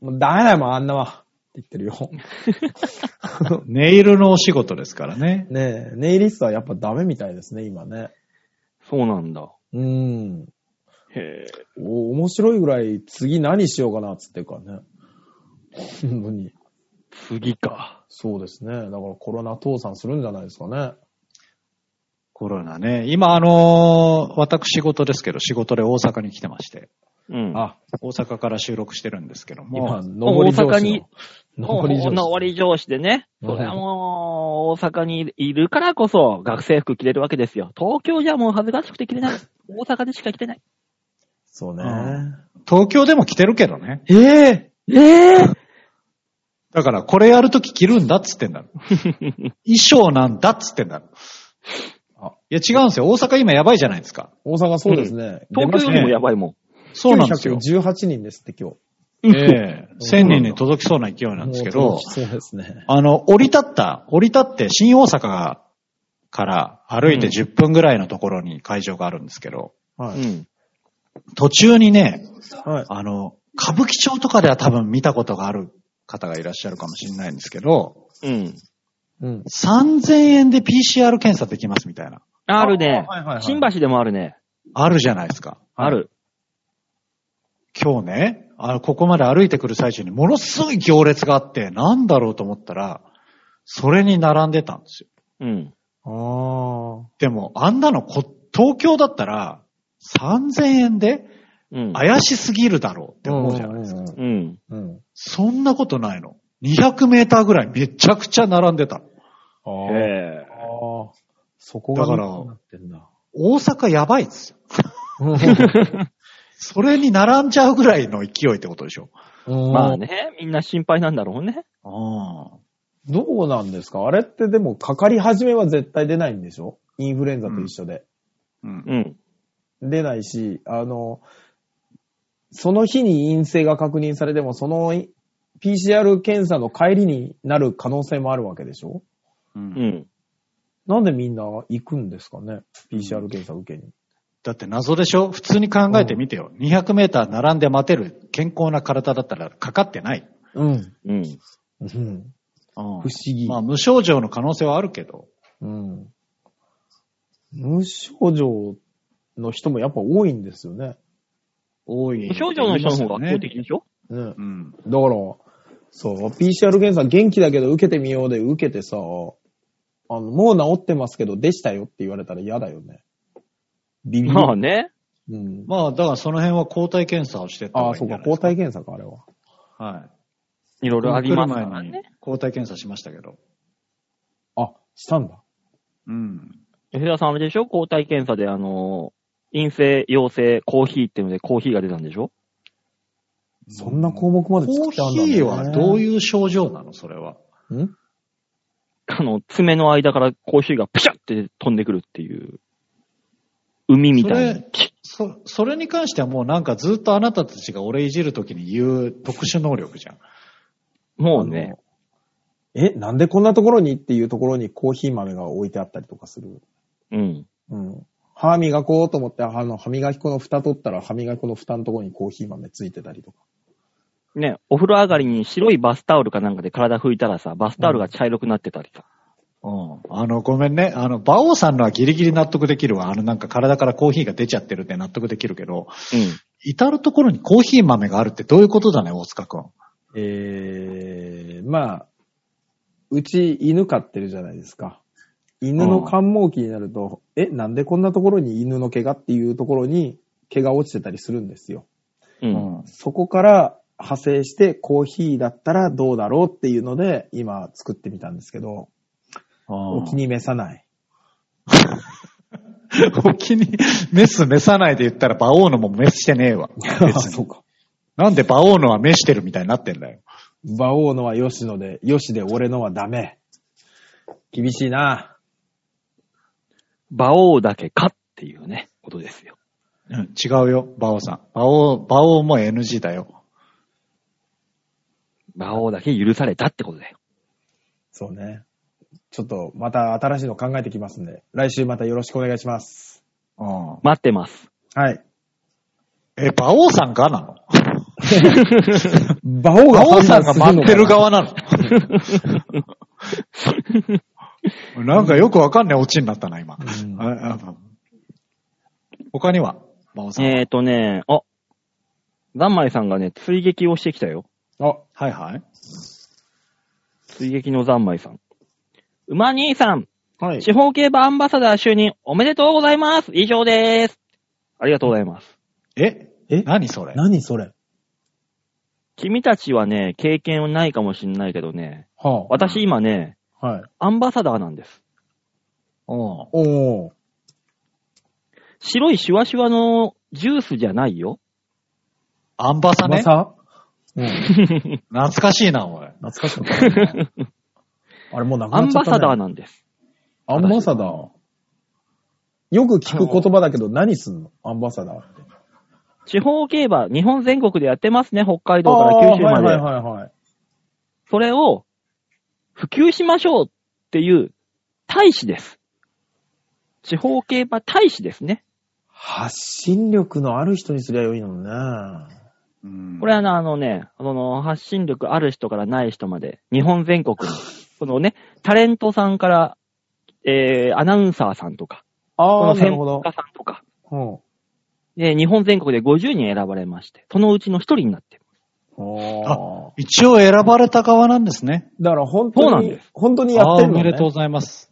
Speaker 1: もうダメだよもん、あんなは。って言ってる よ。
Speaker 4: あ。ネイルのお仕事ですからね。
Speaker 1: ねえ、ネイリストはやっぱダメみたいですね、今ね。
Speaker 2: そうなんだ。
Speaker 1: うん。
Speaker 2: へー
Speaker 1: お、面白いぐらい次何しようかなっつってるからね。本当に。
Speaker 2: 次か。
Speaker 1: そうですね。だからコロナ倒産するんじゃないですかね。
Speaker 4: コロナね。今、あのー私事ですけど、仕事で大阪に来てまして。
Speaker 2: うん。
Speaker 1: あ、
Speaker 4: 大阪から収録してるんですけど
Speaker 1: 今、
Speaker 4: も。
Speaker 1: 上り上
Speaker 2: 大阪
Speaker 1: 司
Speaker 2: に
Speaker 1: の。上り上司
Speaker 2: の
Speaker 1: の。
Speaker 2: 折上司でね。それはもう、大阪にいるからこそ学生服着れるわけですよ。東京じゃもう恥ずかしくて着れない。大阪でしか着れない。
Speaker 1: そうね。
Speaker 4: 東京でも来てるけどね。
Speaker 1: ええ
Speaker 2: ええ
Speaker 4: だから、これやるとき着るんだっつってんだろ。衣装なんだっつってんだろ。
Speaker 1: あ
Speaker 4: いや、違うんですよ。大阪今やばいじゃないですか。
Speaker 1: 大阪そうですね。
Speaker 2: 東京よりもやばいもん。
Speaker 4: そうなんですよ。
Speaker 1: 918人ですって今日。
Speaker 4: ええ1000人に届きそうな勢いなんですけ
Speaker 1: も
Speaker 4: ど
Speaker 1: う、そうですね。
Speaker 4: あの、降り立った、降り立って新大阪から歩いて
Speaker 2: うん
Speaker 4: 10分ぐらいのところに会場があるんですけど、
Speaker 1: は
Speaker 2: う
Speaker 1: い。
Speaker 2: ん。
Speaker 4: 途中にね、
Speaker 1: はい。
Speaker 4: あの、歌舞伎町とかでは多分見たことがある方がいらっしゃるかもしれないんですけど、
Speaker 2: うん。
Speaker 1: うん。
Speaker 4: 3000円で PCR 検査できますみたいな。
Speaker 2: あるね
Speaker 1: はいはいは。い
Speaker 2: 新橋でもあるね。
Speaker 4: あるじゃないですか。
Speaker 2: ある。
Speaker 4: 今日ね、あの、ここまで歩いてくる最中にものすごい行列があって、なんだろうと思ったら、それに並んでたんですよ。
Speaker 2: うん。
Speaker 1: ああ。
Speaker 4: でも、あんなのこ、東京だったら、3000円で
Speaker 2: うん。
Speaker 4: 怪しすぎるだろうって思うじゃないですか。
Speaker 1: う
Speaker 2: うん。
Speaker 1: ん。うん。
Speaker 4: そんなことないの。200メーターぐらいめちゃくちゃ並んでたの。
Speaker 2: へ
Speaker 1: あー
Speaker 2: え。
Speaker 1: あー。そこが
Speaker 4: だから
Speaker 1: なってんだ。
Speaker 4: 大阪やばいっすよ。
Speaker 1: う
Speaker 4: それに並んじゃうぐらいの勢いってことでしょ。
Speaker 1: ん
Speaker 2: まあね、みんな心配なんだろうね。
Speaker 4: あ
Speaker 1: どうなんですかあれってでもかかり始めは絶対出ないんでしょインフルエンザと一緒で。
Speaker 4: あ。うん。
Speaker 2: うん。
Speaker 1: 出ないし、あの、その日に陰性が確認されても、その PCR 検査の帰りになる可能性もあるわけでしょ
Speaker 4: うん
Speaker 2: うん。
Speaker 1: なんでみんな行くんですかね ?PCR 検査受けに。
Speaker 4: だって謎でしょ普通に考えてみてよ。200メーター並んで待てる健康な体だったらかかってない。
Speaker 1: うん。
Speaker 2: うん。
Speaker 1: うん。
Speaker 4: 不
Speaker 1: 不思議。
Speaker 4: まあ無症状の可能性はあるけど。
Speaker 1: うん。無症状の人もやっぱ多いんですよね。
Speaker 4: 多い。
Speaker 2: 無症状の人の方が圧倒的でしょ
Speaker 1: ね。
Speaker 4: うん。
Speaker 1: だから、そう、PCR 検査元気だけど受けてみようで受けてさ、あの、もう治ってますけど、でしたよって言われたら嫌だよね。ビビる。
Speaker 2: まあね。
Speaker 1: うん。
Speaker 4: まあだからその辺は抗体検査をしてった
Speaker 1: あ
Speaker 4: 方が
Speaker 1: あ、
Speaker 4: いい
Speaker 1: そ
Speaker 4: ん
Speaker 1: う
Speaker 4: じゃ
Speaker 1: か、
Speaker 4: ないで
Speaker 1: 抗
Speaker 4: すか。
Speaker 1: 体検査か、あれは。
Speaker 4: はい。
Speaker 2: いろいろありますか
Speaker 4: 来る
Speaker 2: ら
Speaker 4: 前に
Speaker 2: ね。
Speaker 4: 抗体検査しましたけど。
Speaker 1: あ、したんだ。
Speaker 4: うん。
Speaker 2: 吉田さんあれでしょ抗体検査であのー、陰性、陽性、コーヒーっていうのでコーヒーが出たんでしょ
Speaker 3: そんな項目まで
Speaker 4: コ
Speaker 3: 作
Speaker 4: ー
Speaker 3: ってあるんだ、ね。
Speaker 4: ヒーはどう
Speaker 3: い
Speaker 4: いう症状なのそれは。
Speaker 3: うん
Speaker 2: あの、爪の間からコーヒーがプシャって飛んでくるっていう、海みたい
Speaker 4: そ
Speaker 2: な
Speaker 4: れ。そ、それに関してはもうなんかずっとあなたたちが俺いじるときに言う特殊能力じゃん。
Speaker 2: もうね、
Speaker 3: え、なんでこんなところにっていうところにコーヒー豆が置いてあったりとかする。
Speaker 2: うん。
Speaker 3: うん。歯磨こうと思って、あの、歯磨き粉の蓋取ったら歯磨き粉の蓋のところにコーヒー豆ついてたりとか。
Speaker 2: ね、お風呂上がりに白いバスタオルかなんかで体拭いたらさ、バスタオルが茶色くなってたりさ。
Speaker 4: うん。あの、ごめんね。あの、馬王さんのはギリギリ納得できるわ。あの、なんか体からコーヒーが出ちゃってるって納得できるけ
Speaker 2: う
Speaker 4: ど、
Speaker 2: ん。
Speaker 4: 至るところにコーヒー豆があるってどういうことだね、大塚くん。
Speaker 3: えー、まあ、うち犬飼ってるじゃないですか。犬の感毛期になると、え、なんでこんなところに犬の毛がっていうところに毛が落ちてたりするんですよ。
Speaker 2: うん。
Speaker 3: そこから派生してコーヒーだったらどうだろうっていうので、今作ってみたんですけど、お気に召さない。
Speaker 4: お気に、メス召さないで言ったら、馬王のもメスしてね えわ。別に
Speaker 3: そうか。
Speaker 4: なんで馬王のはメスしてるみたいになってんだよ。
Speaker 3: 馬王のは吉野で、吉で俺のはダメ。厳しいな。
Speaker 2: 馬王だけかっていうね、ことですよ。
Speaker 4: うん、違うよ、馬王さん。馬王、馬王も NG だよ。
Speaker 2: 馬王だけ許されたってことだよ。
Speaker 3: そうね。ちょっとまた新しいの考えてきますんで、来週またよろしくお願いします。
Speaker 4: うん。
Speaker 2: 待って ます。
Speaker 3: はい。
Speaker 4: え、馬王さんがなの
Speaker 3: 馬王
Speaker 4: 馬
Speaker 3: が
Speaker 4: 王
Speaker 3: 判
Speaker 4: さ
Speaker 3: 断
Speaker 4: ん
Speaker 3: するの
Speaker 4: が待ってる
Speaker 3: か
Speaker 4: 側な のなんかよくわかんないオチになったな、今。
Speaker 3: うん
Speaker 4: ああ他には、馬王さん。
Speaker 2: えーとね、あ、ザンマイさんがね、追撃をしてきたよ。
Speaker 3: な。あ、
Speaker 4: はいはい。
Speaker 2: 追撃のザンマイさん。馬兄さん、
Speaker 3: はい。
Speaker 2: 地方競馬アンバサダー就任おめでとうございます。以上です。ありがとうございます。
Speaker 4: え
Speaker 3: え
Speaker 4: 何それ
Speaker 3: 何それ
Speaker 2: 君たちはね、経験ないかもしんないけどね、
Speaker 3: は
Speaker 2: 私今ね、
Speaker 3: あ、はい。
Speaker 2: アンバサダーなんです。
Speaker 4: うん。
Speaker 3: おー。
Speaker 2: 白いシュワシュワのジュースじゃないよ。
Speaker 4: アンバサ
Speaker 3: ま
Speaker 4: ね。
Speaker 3: さうん。
Speaker 4: 懐かしいな、 おい。
Speaker 3: 懐かしかったね。 あれもうなく
Speaker 2: ア
Speaker 3: なっ
Speaker 2: ン
Speaker 3: ちゃ
Speaker 2: バ
Speaker 3: った、
Speaker 2: サダー
Speaker 3: ね。
Speaker 2: なんです。
Speaker 3: アンバサダー。よく聞く言葉だけど何すんのアンバサダーって。
Speaker 2: 地方競馬、日本全国でやってますね、北海道から九州まで。
Speaker 3: あーはいはいはいはい。
Speaker 2: それを普及しましょうっていう大使です。地方競馬大使ですね。
Speaker 3: 発信力のある人にすりゃよいのにな
Speaker 4: うん
Speaker 2: これはねあのね、あの、発信力ある人からない人まで、日本全国に、そのね、タレントさんから、えー、アナウンサーさんとか、こ
Speaker 3: あ
Speaker 2: の専門家さんとか、
Speaker 3: うん。
Speaker 2: で、日本全国で50人選ばれまして、そのうちの1人になってる。
Speaker 3: ああ。
Speaker 4: 一応選ばれた側なんですね。
Speaker 3: だから本
Speaker 2: そう
Speaker 3: 当
Speaker 2: なん
Speaker 3: に
Speaker 2: です、
Speaker 3: 本当にやってる
Speaker 4: あー
Speaker 3: の、ね、
Speaker 4: おめでとうございます。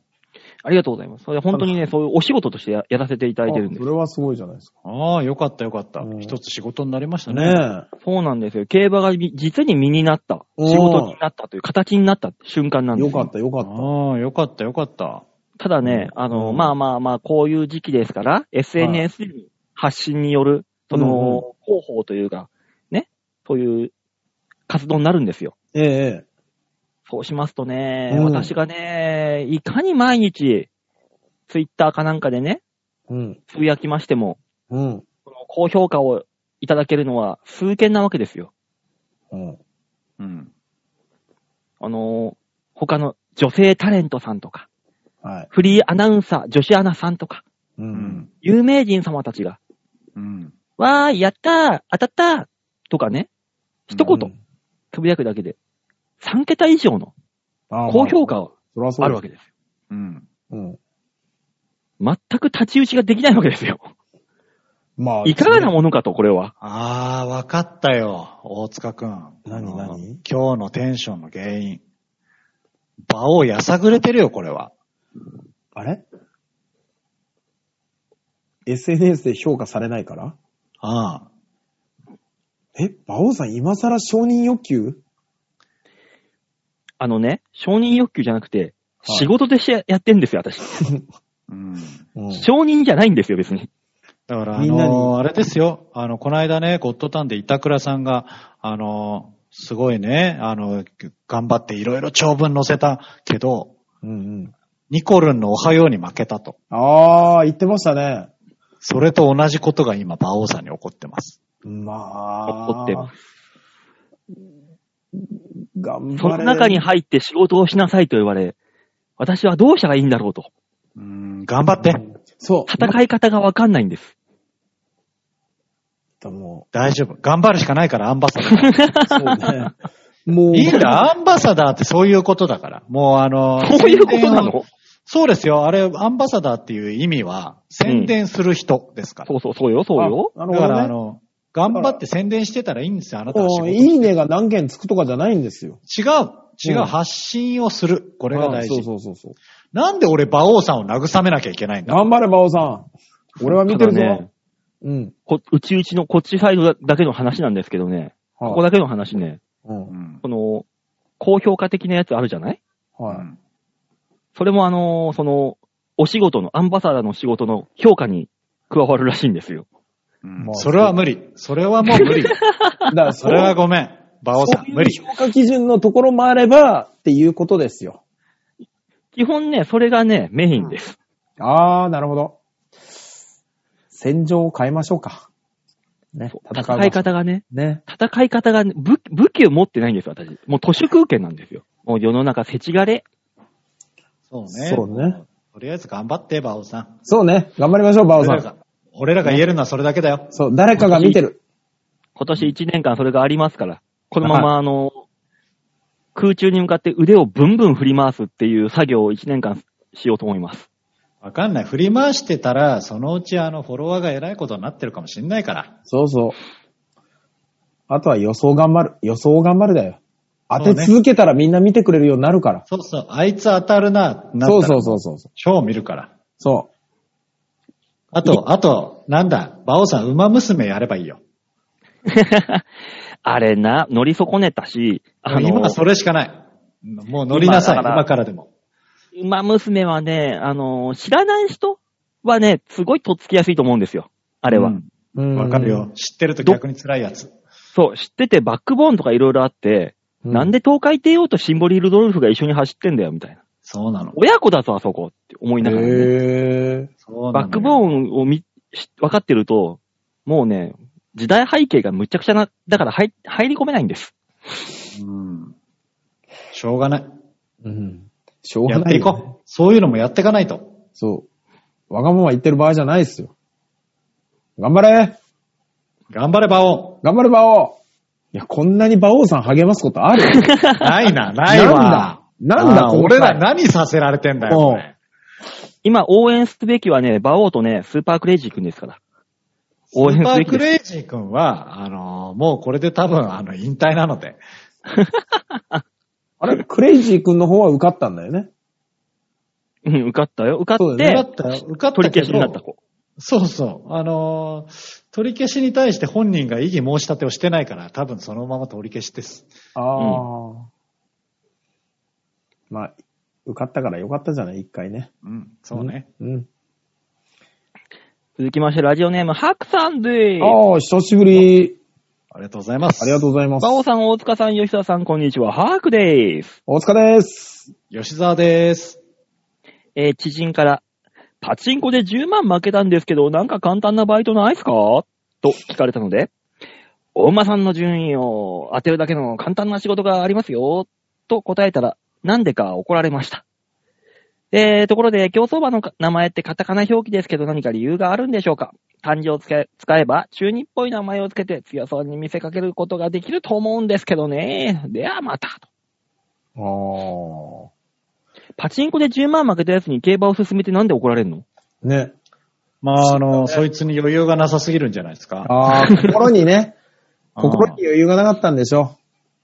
Speaker 2: ありがとうございます。それ本当にね、そういうお仕事としてややらせていただいてるん
Speaker 3: あ
Speaker 2: です
Speaker 3: そ。れはすごいじゃないですか。
Speaker 4: ああ、よかったよかった
Speaker 3: う。ん
Speaker 4: 一つ仕事になりましたね。
Speaker 3: ねえ。
Speaker 2: そうなんですよ。競馬がみ実に身になった、
Speaker 3: おー
Speaker 2: 仕事になったという形になった瞬間なんで
Speaker 3: よ
Speaker 2: す
Speaker 3: か
Speaker 2: よ
Speaker 3: ったよかった。
Speaker 4: ああ、よかったよかった。
Speaker 2: ただね、あの、
Speaker 3: うん
Speaker 2: まあまあまあ、こういう時期ですから、SNS に発信による、その、
Speaker 3: うんうん
Speaker 2: 広報というか、ね、そういう活動になるんですよ。
Speaker 3: ええええ。
Speaker 2: そうしますとね、
Speaker 3: うん
Speaker 2: 私がね、いかに毎日、ツイッターかなんかでね、
Speaker 3: うん。
Speaker 2: つぶやきましても、
Speaker 3: うん。
Speaker 2: この高評価をいただけるのは数件なわけですよ。
Speaker 3: うん。
Speaker 4: うん。
Speaker 2: あの、他の女性タレントさんとか、
Speaker 3: はい。
Speaker 2: フリーアナウンサー、女子アナさんとか、
Speaker 3: う。
Speaker 4: うんん。
Speaker 2: 有名人様たちが、
Speaker 4: うん。
Speaker 2: わーい、やったー、当たったー、とかね、一
Speaker 3: こ
Speaker 2: 言、つぶやくだけで、3桁以上の高
Speaker 3: 高
Speaker 2: 評価は
Speaker 3: そりゃそう
Speaker 2: あ
Speaker 3: だ
Speaker 2: るわけですよ。
Speaker 4: うん。
Speaker 3: うん。
Speaker 2: 全く立ち打ちができないわけですよ。
Speaker 3: まあ。
Speaker 2: いかがな
Speaker 3: も
Speaker 2: ものかと、これは。
Speaker 4: ああ、わかったよ、大塚くん。
Speaker 3: 何
Speaker 4: あの
Speaker 3: 何
Speaker 4: 今日のテンションの原因。場をやさぐれてるよ、これは。
Speaker 3: あれ ?SNS で評価されないから
Speaker 4: ああ。
Speaker 3: え、馬王さん今更承認欲求
Speaker 2: あのね、承認欲求じゃなくて、
Speaker 3: はい
Speaker 2: 仕事でしてやってんですよ、私。
Speaker 4: うん。
Speaker 3: うん
Speaker 2: 承認じゃないんですよ、別に。
Speaker 4: だから、あ
Speaker 3: みんなに
Speaker 4: のあれですよ。あの、この間ね、ゴッドタンで板倉さんが、あのすごいね、あの、頑張っていろいろ長文載せたけど、
Speaker 3: うんうん。
Speaker 4: ニコルンのおはように負けたと。
Speaker 3: あー、言ってましたね。
Speaker 4: それと同じことが今、馬王さんに起こってます。
Speaker 3: ま
Speaker 2: 怒
Speaker 3: あ。
Speaker 2: ってま
Speaker 3: 頑張れ。
Speaker 2: その中に入って仕事をしなさいと言われ、私はどうしたらいいんだろうと。
Speaker 4: うん、頑張って。
Speaker 3: そう。
Speaker 2: 戦い方がわかんないんです。
Speaker 3: だも
Speaker 4: 大丈夫。頑張るしかないから、アンバサダー。
Speaker 3: う、そう ね。もう、
Speaker 4: いいんだ、アンバサダーってそういうことだから。もうあの
Speaker 2: そういうことな
Speaker 4: 宣伝を
Speaker 2: の
Speaker 4: そうですよ。あれ、アンバサダーっていう意味は、宣伝する人ですから。
Speaker 2: そうそう、そうよ、そうよ。
Speaker 3: あな
Speaker 4: だ
Speaker 3: る
Speaker 4: か
Speaker 3: ほ
Speaker 4: ら、
Speaker 3: ど
Speaker 4: あ
Speaker 3: ね。
Speaker 4: の、頑張って宣伝してたらいいんですよ、あなたは仕
Speaker 3: こ
Speaker 4: 事
Speaker 3: う。いいねが何件つくとかじゃないんですよ。
Speaker 4: 違う、違
Speaker 3: う
Speaker 4: う、
Speaker 3: ん
Speaker 4: 発信をする。こ
Speaker 3: こ
Speaker 4: れが大
Speaker 3: そう
Speaker 4: 事。
Speaker 3: そうそうそう。
Speaker 4: なんで俺、馬王さんを慰めなきゃいけないんだ
Speaker 3: 頑張れ、馬王さん。俺は見てるぞ。
Speaker 2: ただね
Speaker 3: うん。
Speaker 2: こうちうちのこっちサイドだけの話なんですけどね、
Speaker 3: はい
Speaker 2: ここだけの話ね、
Speaker 3: うん
Speaker 4: うん
Speaker 2: この、高評価的なやつあるじゃない
Speaker 3: はい。
Speaker 2: それもあのーその、お仕事の、アンバサダーの仕事の評価に加わるらしいんですよ。
Speaker 4: うん
Speaker 3: まあ
Speaker 4: それは無理。それはもう無理。
Speaker 3: だから
Speaker 4: そ
Speaker 3: そ
Speaker 4: れ
Speaker 3: れ
Speaker 4: は
Speaker 3: は、
Speaker 4: ごめん。馬王さん、無理。
Speaker 3: 評価基準のところもあれば、っていうことですよ。
Speaker 2: 基本ね、それがね、メインです。
Speaker 3: あー、なるほど。戦場を変えましょうか。ね
Speaker 2: そう、
Speaker 3: いましょう
Speaker 2: 戦い。方がね、
Speaker 3: ね。
Speaker 2: 戦い方がね、武武器を持ってないんですよ、私。もう都市空権なんですよ。もう世の中、せちがれ。
Speaker 4: そう
Speaker 3: そうね。
Speaker 4: とりあえず頑張って、馬王さん。
Speaker 3: そうね。頑張りましょう、馬王
Speaker 4: 俺
Speaker 3: さ
Speaker 4: ら
Speaker 3: ん。
Speaker 4: が俺らが言えるのはそれだけだよ。
Speaker 3: そう、誰かが見てる。
Speaker 2: 今年1年間それがありますから、このままあの、空中に向かって腕をブンブン振り回すっていう作業を1年間しようと思います。
Speaker 4: わかんない。振り回してたら、そのうちあの、フォロワーが偉いことになってるかもしんないから。
Speaker 3: そうそう。あとは予想頑張る。予想頑張るだよ。当
Speaker 4: そ
Speaker 3: て
Speaker 4: うね
Speaker 3: 続けたらみんな見てくれるようになるから。
Speaker 4: そうそう。あいつ当たるな、なったら。
Speaker 3: そうそうそうそう。
Speaker 4: 超見るから。
Speaker 3: そう。
Speaker 4: あと、あと、なんだ、馬王さん、馬娘やればいいよ。
Speaker 2: あれな、乗り損ねたし、あの、
Speaker 4: 今それしかない。もう乗りなさい、
Speaker 2: 今だから
Speaker 4: 今からでも。
Speaker 2: 馬娘はね、あの、知らない人はね、すごいとっつきやすいと思うんですよ。あ
Speaker 4: あ
Speaker 2: れは。
Speaker 3: うん
Speaker 4: わかるよ。。知ってると逆に辛いやつ。
Speaker 2: そう、知っててバックボーンとかいろいろあって、
Speaker 3: うん
Speaker 2: なんで東海帝王とシンボリ・ルドルフが一緒に走ってんだよ、みたいな。
Speaker 4: そうなの。
Speaker 2: 親子だぞ、あそこって思いながら、ね。
Speaker 3: へ
Speaker 4: そうなの
Speaker 2: バ
Speaker 4: よ
Speaker 2: ックボーンを見、し分かってると、もうね、時代背景がむちゃくちゃな、だから入入り込めないんです。
Speaker 4: うん。しょうがない。
Speaker 3: ーうん。しょう
Speaker 4: や
Speaker 3: が
Speaker 4: っ
Speaker 3: な
Speaker 4: て
Speaker 3: い
Speaker 4: い
Speaker 3: よね、
Speaker 4: こう。そういうのもやっていかないと。
Speaker 3: そう。わがまま言ってる場合じゃないですよ。頑張れ
Speaker 4: 頑張れ、馬王。
Speaker 3: 頑張れ、馬王いや、こんなに馬王さん励ますことある
Speaker 4: な いな、ないわ。
Speaker 3: なんだなんだ
Speaker 4: あー
Speaker 3: 今
Speaker 4: 俺
Speaker 3: 回
Speaker 4: ら何させられてんだよ、
Speaker 3: うん
Speaker 4: これ
Speaker 2: 今応援すべきはね、馬王とね、スーパークレイジー君ですから。
Speaker 4: ス
Speaker 2: 応援
Speaker 4: ーパ
Speaker 2: すべ
Speaker 4: ー
Speaker 2: き
Speaker 4: ク
Speaker 2: です。
Speaker 4: レイジー君は、あのーもうこれで多分、あの、引退なので。
Speaker 3: あれクレイジー君の方は受かったんだよね。
Speaker 2: うん、受かったよ。受か
Speaker 3: そう
Speaker 2: っ
Speaker 3: だ
Speaker 2: て
Speaker 3: ね
Speaker 4: 受か、った、受かった
Speaker 2: 取り
Speaker 4: け
Speaker 2: 消しになった
Speaker 4: ど、
Speaker 2: 子。
Speaker 4: そうそう。あのー取り消しに対して本人が異議申し立てをしてないから、多分そのまま取り消しです。
Speaker 3: ああ、まあ、受かったからよかったじゃない一回ね。
Speaker 4: うん、そうね。
Speaker 3: うん。
Speaker 2: 続きまして、ラジオネーム、ハクさんでーす。
Speaker 3: ああ、久しぶり。
Speaker 4: ありがとうございます。
Speaker 3: ありがとうございます
Speaker 2: 馬。王さん、大塚さん、吉田さん、こんにちは。ハークでーす。
Speaker 3: お疲れです。
Speaker 4: 吉沢です。
Speaker 2: えー知人から、パチンコで10万負けたんですけど、なんか簡単なバイトないっすかと聞かれたので、お馬さんの順位を当てるだけの簡単な仕事がありますよ、と答えたら、なんでか怒られました。えー、ところで、競走馬のか名前ってカタカナ表記ですけど何か理由があるんでしょうか漢字をつけ使えば、中二っぽい名前をつけて強そうに見せかけることができると思うんですけどね。ではまた。
Speaker 3: ああ。
Speaker 2: パチンコで10万負けたやつに競馬を進めてなんで怒られるの
Speaker 3: ね。
Speaker 4: まあ、あの、そいつに余裕がなさすぎるんじゃないですか。
Speaker 3: ああ、 心にね、
Speaker 4: あー
Speaker 3: 心に余裕がなかったんでしょ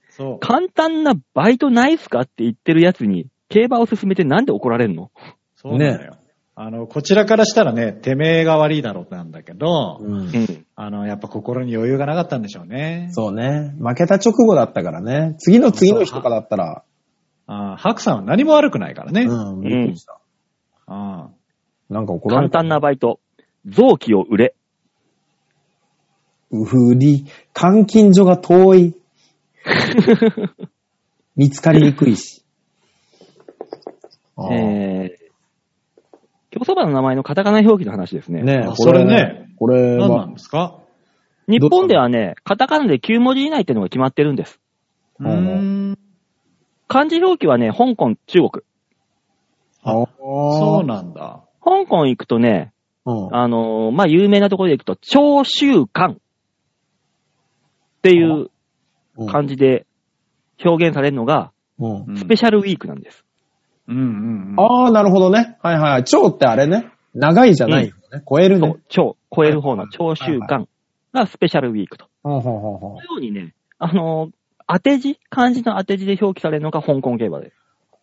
Speaker 4: そう。
Speaker 2: 簡単なバイトないっすかって言ってるやつに、競馬を進めてなんで怒られんの
Speaker 4: そうなのよ。あの、こちらからしたらね、てめえが悪いだろうなんだけど、
Speaker 3: う。うん
Speaker 2: ん。
Speaker 4: あの、やっぱ心に余裕がなかったんでしょうね。
Speaker 3: そうね。負けた直後だったからね。次の次の日とかだったら。
Speaker 4: あーハクさんは何も悪くないからね。
Speaker 3: うん、びっくりした。
Speaker 4: あ
Speaker 3: なんか怒ら
Speaker 2: 簡
Speaker 3: れた。
Speaker 2: 単なバイト。臓器を売れ。
Speaker 3: うふり、監禁所が遠い。見つかりにくいし。
Speaker 4: あー
Speaker 2: えー競走馬の名前のカタカナ表記の話ですね。
Speaker 3: ね
Speaker 4: あそれね。
Speaker 3: これ
Speaker 4: 何なん
Speaker 3: は、
Speaker 4: ですか
Speaker 2: 日本ではね、カタカナで9文字以内っていうのが決まってるんです。
Speaker 4: う
Speaker 3: あー
Speaker 4: ーん。
Speaker 2: 漢字表記はね、香港、中国。
Speaker 3: あ
Speaker 4: そう
Speaker 3: う
Speaker 4: なんだ。
Speaker 2: 香港行くとね、
Speaker 3: うん。
Speaker 2: あのーまあ、有名なところで行くと、長州間っていう
Speaker 3: うん
Speaker 2: 感じで表現されるのが、
Speaker 3: うん
Speaker 4: うん
Speaker 2: スペシャルウィークなんです。
Speaker 4: うんうんうん。
Speaker 3: ああ、なるほどね。はいはい。蝶ってあれね。長いじゃないよね。超える
Speaker 2: そ
Speaker 3: ね
Speaker 2: う。、超、超える方の長州間がスペシャルウィークと。
Speaker 3: ほうほうほうほ
Speaker 2: このようにね、あのー当て字漢字の当て字で表記されるのが香港競馬で。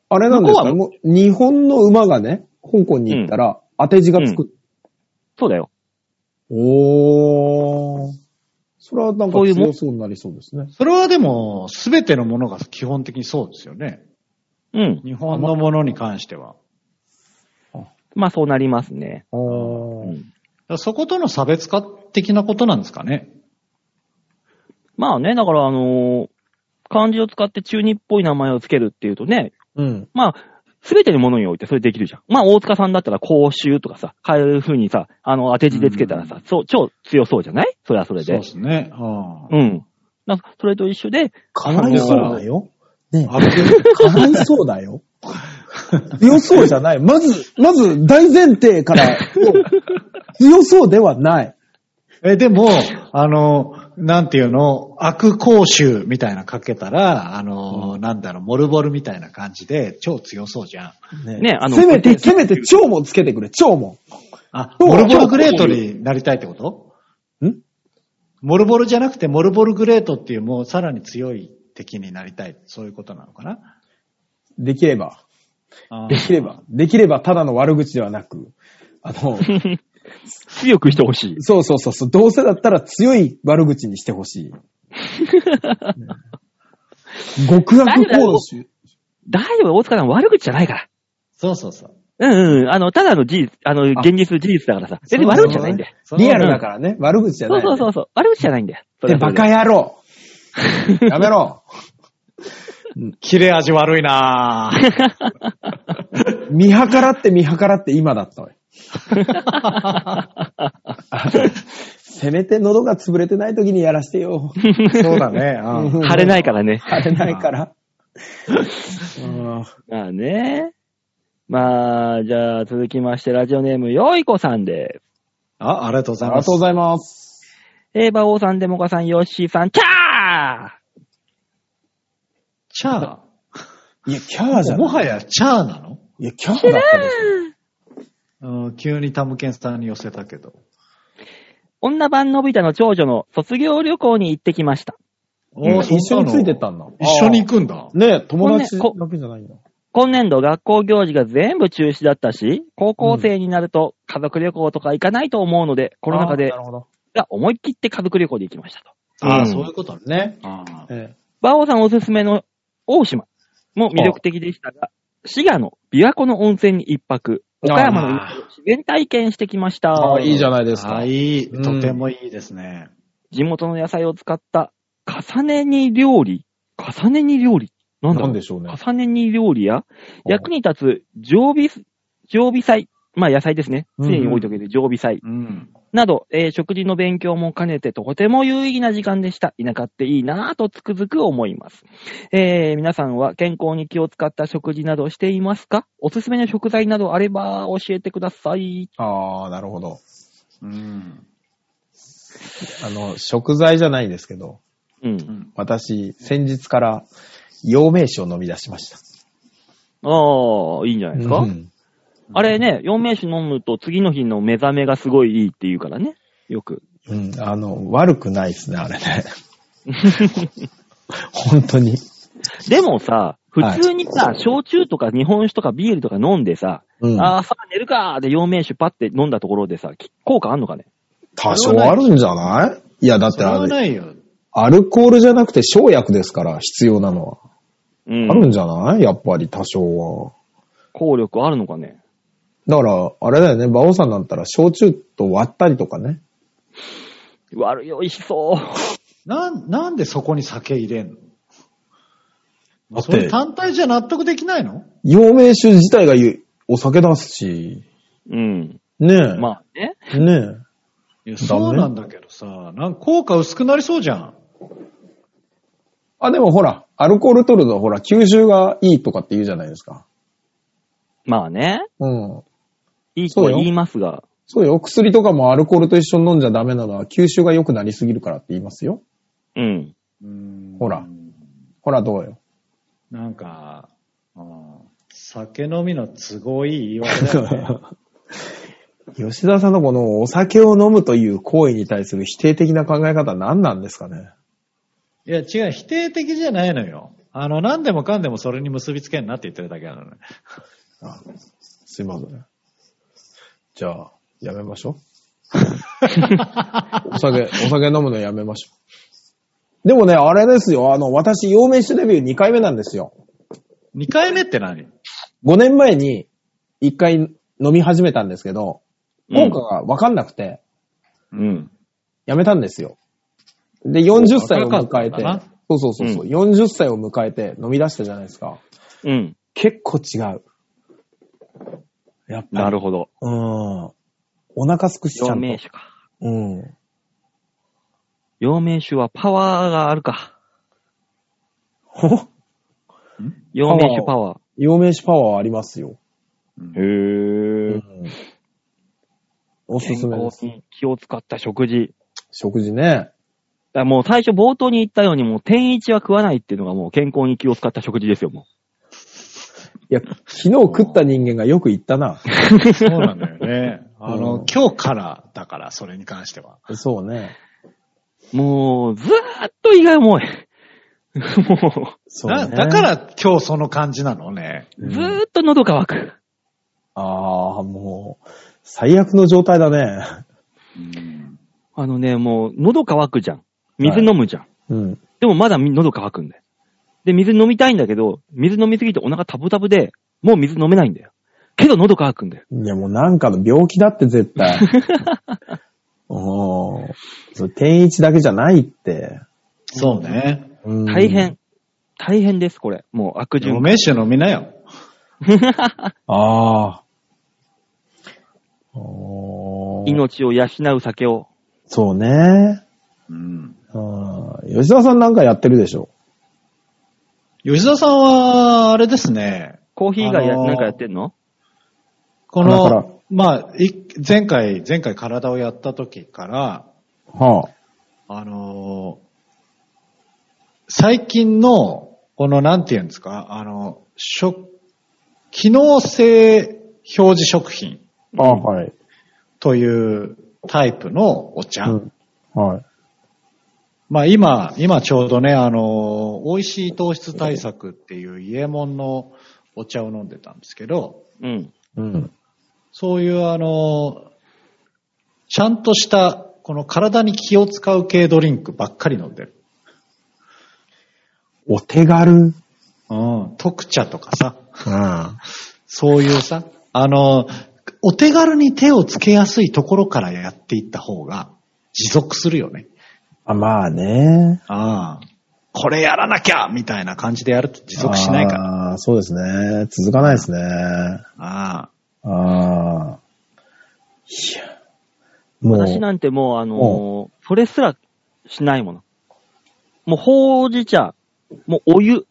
Speaker 3: あれなんですか
Speaker 2: 向
Speaker 3: もう日本の馬がね、香港に行ったら、当て字がつく。
Speaker 2: そうだよ。
Speaker 3: おー。それはなんか
Speaker 2: そういうもん
Speaker 3: 強そうになりそうですね。
Speaker 4: それはでも、すべてのものが基本的にそうですよね。
Speaker 2: うん。
Speaker 4: 日本のものに関しては。
Speaker 2: まあそうなりますね。
Speaker 3: あ
Speaker 2: う
Speaker 3: ー
Speaker 2: ん
Speaker 4: だからそことの差別化的なことなんですかね。
Speaker 2: まあね、だからあのー漢字を使って中二っぽい名前をつけるっていうとね、
Speaker 3: うん。
Speaker 2: まあ、すべてのものにおいてそれできるじゃん。まあ、大塚さんだったら公衆とかさ、ああいう風にさ、あの、当て字でつけたらさ、そう、超強そうじゃないそれはそれ
Speaker 4: そう
Speaker 2: で
Speaker 4: で。すね。うん
Speaker 2: うん。なんかそれと一緒で、
Speaker 3: かないそうだよ。ね
Speaker 4: あれ
Speaker 3: かないそうだよ。 強そうじゃない。まず、まず大前提から、強そうではない。
Speaker 4: え、でも、あの、なんていうの、悪講習みたいなかけたら、あの、なんだろう、モルボルみたいな感じで、超強そうじゃん。
Speaker 3: ね
Speaker 2: ねあの
Speaker 3: せめて、せめて蝶もつけてくれ、蝶も。
Speaker 4: あ、
Speaker 3: そう
Speaker 4: モルボルグレートになりたいってこと
Speaker 3: ん
Speaker 4: モルボルじゃなくて、モルボルグレートっていうもうさらに強い敵になりたい。そういうことなのかな
Speaker 3: できれば。
Speaker 4: あー
Speaker 3: できれば、できればただの悪口ではなく、あの、
Speaker 2: 強くしてほしい。
Speaker 3: そうそうそうそう、どうせだったら強い悪口にしてほしい。ね 極悪講師。
Speaker 2: 大丈夫、大塚さん悪口じゃないから。
Speaker 4: そうそうそう。
Speaker 2: うんうん。あの、ただの事実、あの、
Speaker 3: あ
Speaker 2: 現実事実だからさ。別に悪口じゃないんだよ。
Speaker 4: そう
Speaker 3: リアルだからね、悪口じゃ
Speaker 2: そ
Speaker 3: な
Speaker 2: う
Speaker 3: い。
Speaker 2: そうそうそう。悪口じゃないんだよ。それ
Speaker 3: で、
Speaker 2: はそれ
Speaker 3: バ
Speaker 2: で
Speaker 3: カ 野郎やめろ
Speaker 4: 切れ味悪いなぁ。
Speaker 3: 見計らって見計らって今だったわよあ せめて喉が潰れてない時にやらしてよ。
Speaker 4: そう だね。うん
Speaker 2: 腫れないからね。
Speaker 3: 腫れないから。うん
Speaker 2: まあね。まあ、じゃあ続きまして、ラジオネーム、よいこさんです。
Speaker 4: あ、ありがとうござ
Speaker 3: ありが
Speaker 4: います
Speaker 3: とうご。ざいます。
Speaker 2: えー、馬王さん、デモカさん、ヨッシーさん、キャー
Speaker 4: チャ
Speaker 3: いや、キャーじゃな
Speaker 4: ーも
Speaker 3: い。
Speaker 4: はやチャーなの
Speaker 3: いや、キャーだったでし
Speaker 4: うん、急にタムケンさんに寄せたけど。
Speaker 2: 女版のび太の長女の卒業旅行に行ってきました。
Speaker 4: おー
Speaker 3: ょ。
Speaker 4: そん
Speaker 3: 一緒
Speaker 4: な
Speaker 3: に
Speaker 4: の
Speaker 3: ついてったんだ。
Speaker 4: 一緒に行くんだ。
Speaker 3: ね友
Speaker 2: 達
Speaker 3: 達
Speaker 2: こ
Speaker 3: だけじゃないんだ。
Speaker 2: 今年度学校行事が全部中止だったし、高校生になると家族旅行とか行かないと思うので、コロナ禍で
Speaker 3: な、るほど。
Speaker 2: が思い切って家族旅行で行きましたと。
Speaker 4: あ
Speaker 2: う
Speaker 4: あ、
Speaker 2: ん
Speaker 4: そういうことね。あー
Speaker 3: え
Speaker 2: 馬王さんおすすめの大島も魅力的でしたが、滋賀の琵琶湖の温泉に一泊、岡山の
Speaker 4: あ
Speaker 2: 自然体験してきました。
Speaker 3: ああ、いいじゃないです
Speaker 4: あ
Speaker 3: か
Speaker 4: ー。いい。
Speaker 3: うん
Speaker 4: とてもいいですね。
Speaker 2: 地元の野菜を使った重ね煮料理重ね煮料理なんだろ
Speaker 3: な
Speaker 2: うん
Speaker 3: でしょうね。
Speaker 2: 重ね煮料理や、役に立つ常備、常備菜。まあ野菜ですね。常に置いとける常備菜。
Speaker 4: うん。
Speaker 2: など、えー食事の勉強も兼ねてとても有意義な時間でした。田舎っていいなぁとつくづく思います。えー皆さんは健康に気を使った食事などしていますかおすすめの食材などあれば教えてください。
Speaker 3: ああ、なるほど。
Speaker 4: うん。
Speaker 3: あの、食材じゃないですけど、
Speaker 2: うん。
Speaker 3: 私、先日から、陽明酒を飲み出しました。
Speaker 2: ああ、いいんじゃないですか、
Speaker 3: うん
Speaker 2: あれね、4名酒飲むと次の日の目覚めがすごいいいって言うからね。よく。
Speaker 3: うん、あの、悪くないですね、あれ ね。本当に。
Speaker 2: でもさ、普通にさ、焼酎とか日本酒とかビールとか飲んでさ、
Speaker 3: うん、
Speaker 2: ああ、さあ寝るかーで陽明酒パって飲んだところでさ、き効果あんのかね
Speaker 3: 多少あるんじゃないいや、だっ
Speaker 4: そ
Speaker 3: て
Speaker 4: れ
Speaker 3: あ
Speaker 4: は
Speaker 3: れ、
Speaker 4: ないよ。
Speaker 3: アルコールじゃなくて生薬ですから、必要なのは。
Speaker 2: うん。
Speaker 3: あるんじゃないやっぱり多少は。
Speaker 2: 効力あるのかね
Speaker 3: だから、あれだよね、馬王さんだったら、焼酎と割ったりとかね。
Speaker 2: 悪いよ、美味しそう。
Speaker 4: なん、なんでそこに酒入れん
Speaker 1: だ
Speaker 4: の
Speaker 1: っ
Speaker 4: そ
Speaker 1: て
Speaker 4: れ単体じゃ納得できないの
Speaker 1: 陽明酒自体がゆお酒出すし、
Speaker 2: うん。
Speaker 1: ねえ。
Speaker 2: まあね。
Speaker 1: ね
Speaker 4: いや、
Speaker 1: ダメ
Speaker 4: そうなんだけどさ、なんか効果薄くなりそうじゃん。
Speaker 1: え。あ、でもほら、アルコール取るとほら、吸収がいいとかって言うじゃないですか。
Speaker 2: まあね。
Speaker 1: うん。
Speaker 2: いいとは言いますが。
Speaker 1: そうよ。薬とかもアルコールと一緒に飲んじゃダメなのは吸収が良くなりすぎるからって言いますよ。
Speaker 2: うん。
Speaker 1: ほら。ほら、どうよ。
Speaker 4: なんか、うん酒飲みの都合いい言い訳だよね。
Speaker 1: 吉田さんのこのお酒を飲むという行為に対する否定的な考え方は何なんですかね
Speaker 4: いや、違う、否定的じゃないのよ。あの、何でもかんでもそれに結びつけんなって言ってるだけなのね。
Speaker 1: あすいません。じゃあ、やめましょ う。お酒、お酒飲むのやめましょう。でもね、あれですよ。あの、私、陽明酒デビュー2回目なんですよ。
Speaker 4: 2回目って何
Speaker 1: 5年前に1回飲み始めたんですけど、効果がわかんなくて、
Speaker 2: うん。
Speaker 1: やめたんですよ。で、40歳を
Speaker 4: 若か
Speaker 1: 迎
Speaker 4: っ
Speaker 1: え
Speaker 4: たんだ
Speaker 1: て
Speaker 4: な、
Speaker 1: そうそうそうそう、40歳を迎えて飲み出したじゃないですか。
Speaker 2: うん。
Speaker 1: 結構違う。やっ
Speaker 2: な
Speaker 1: ぱり。
Speaker 2: るほど。
Speaker 1: うん。お腹すくしち
Speaker 2: 陽
Speaker 1: ゃう
Speaker 2: 明
Speaker 1: と。
Speaker 2: 酒か。
Speaker 1: うん。
Speaker 2: 陽明酒はパワーがあるか。陽明酒パワ
Speaker 1: 陽明酒パワーありますよ。
Speaker 2: ー。へー。
Speaker 1: うん。おす
Speaker 2: 健
Speaker 1: すめで
Speaker 2: 康
Speaker 1: す。
Speaker 2: に気を使った食事。
Speaker 1: 食事ね。
Speaker 2: だからもう最初冒頭に言ったようにもう天一は食わないっていうのがもう健康に気を使った食事ですよ、も
Speaker 1: いや、昨日食った人間がよく言ったな。
Speaker 4: そうなんだよね。 あの、
Speaker 1: うん
Speaker 4: 今日からだから、それに関しては。
Speaker 1: そうね。
Speaker 2: う。もうずーっと胃が重い。 も
Speaker 1: そう
Speaker 4: だ
Speaker 1: ね。
Speaker 4: だか、ら今日その感じなのね。
Speaker 2: う、ずーっと喉乾く。
Speaker 1: ああ、もう、最悪の状態だね。
Speaker 2: あのね、もう喉乾くじゃん。水飲むじゃん。
Speaker 1: うん。
Speaker 2: でもまだみ喉乾くんだよ。で、水飲みたいんだけど、水飲みすぎてお腹タブタブで、もう水飲めないんだよ。けど喉乾くんだよ。
Speaker 1: いや、もうなんかの病気だって 絶対。おーそう天一だけじゃないって。
Speaker 4: そうね。
Speaker 1: うん
Speaker 2: 大変。。大変です、これ。もう悪
Speaker 4: お
Speaker 2: 循環。
Speaker 4: 名酒飲みなよ。
Speaker 1: ああ。おー
Speaker 2: 命を養う酒を。
Speaker 1: そうね。
Speaker 4: うん。
Speaker 1: あー吉田さんなんかやってるでしょ。
Speaker 4: 吉田さんは、あれですね。
Speaker 2: コーヒーがや、
Speaker 4: あのー
Speaker 2: なんかやってんの
Speaker 4: こ
Speaker 1: だから
Speaker 4: の、まあ、い前回、前回体をやった時から、
Speaker 1: は
Speaker 4: あのー最近の、この、なんていうんですか、あの、食、機能性表示食品
Speaker 1: あ。あはい。
Speaker 4: というタイプのお茶。
Speaker 1: うん。はい。
Speaker 4: まあ今、今ちょうどね、あの、美味しい糖質対策っていうイエモンのお茶を飲んでたんですけど、
Speaker 2: うん。
Speaker 1: うん。
Speaker 4: そういうあの、ちゃんとした、この体に気を使う系ドリンクばっかり飲んでる。
Speaker 1: お手軽。
Speaker 4: うん、特茶とかさ、
Speaker 1: うん。
Speaker 4: そういうさ、あの、お手軽に手をつけやすいところからやっていった方が持続するよね。
Speaker 1: あ、まあね。
Speaker 4: ああ、これやらなきゃみたいな感じでやると持続しないから。
Speaker 1: ら。あーそうですね。続かないですね。
Speaker 4: ああ。
Speaker 1: ああ。いや。も
Speaker 2: 私
Speaker 1: う、
Speaker 2: なんてもう、あのーそれすらしないもの。もう、ほうじ茶、もうお湯。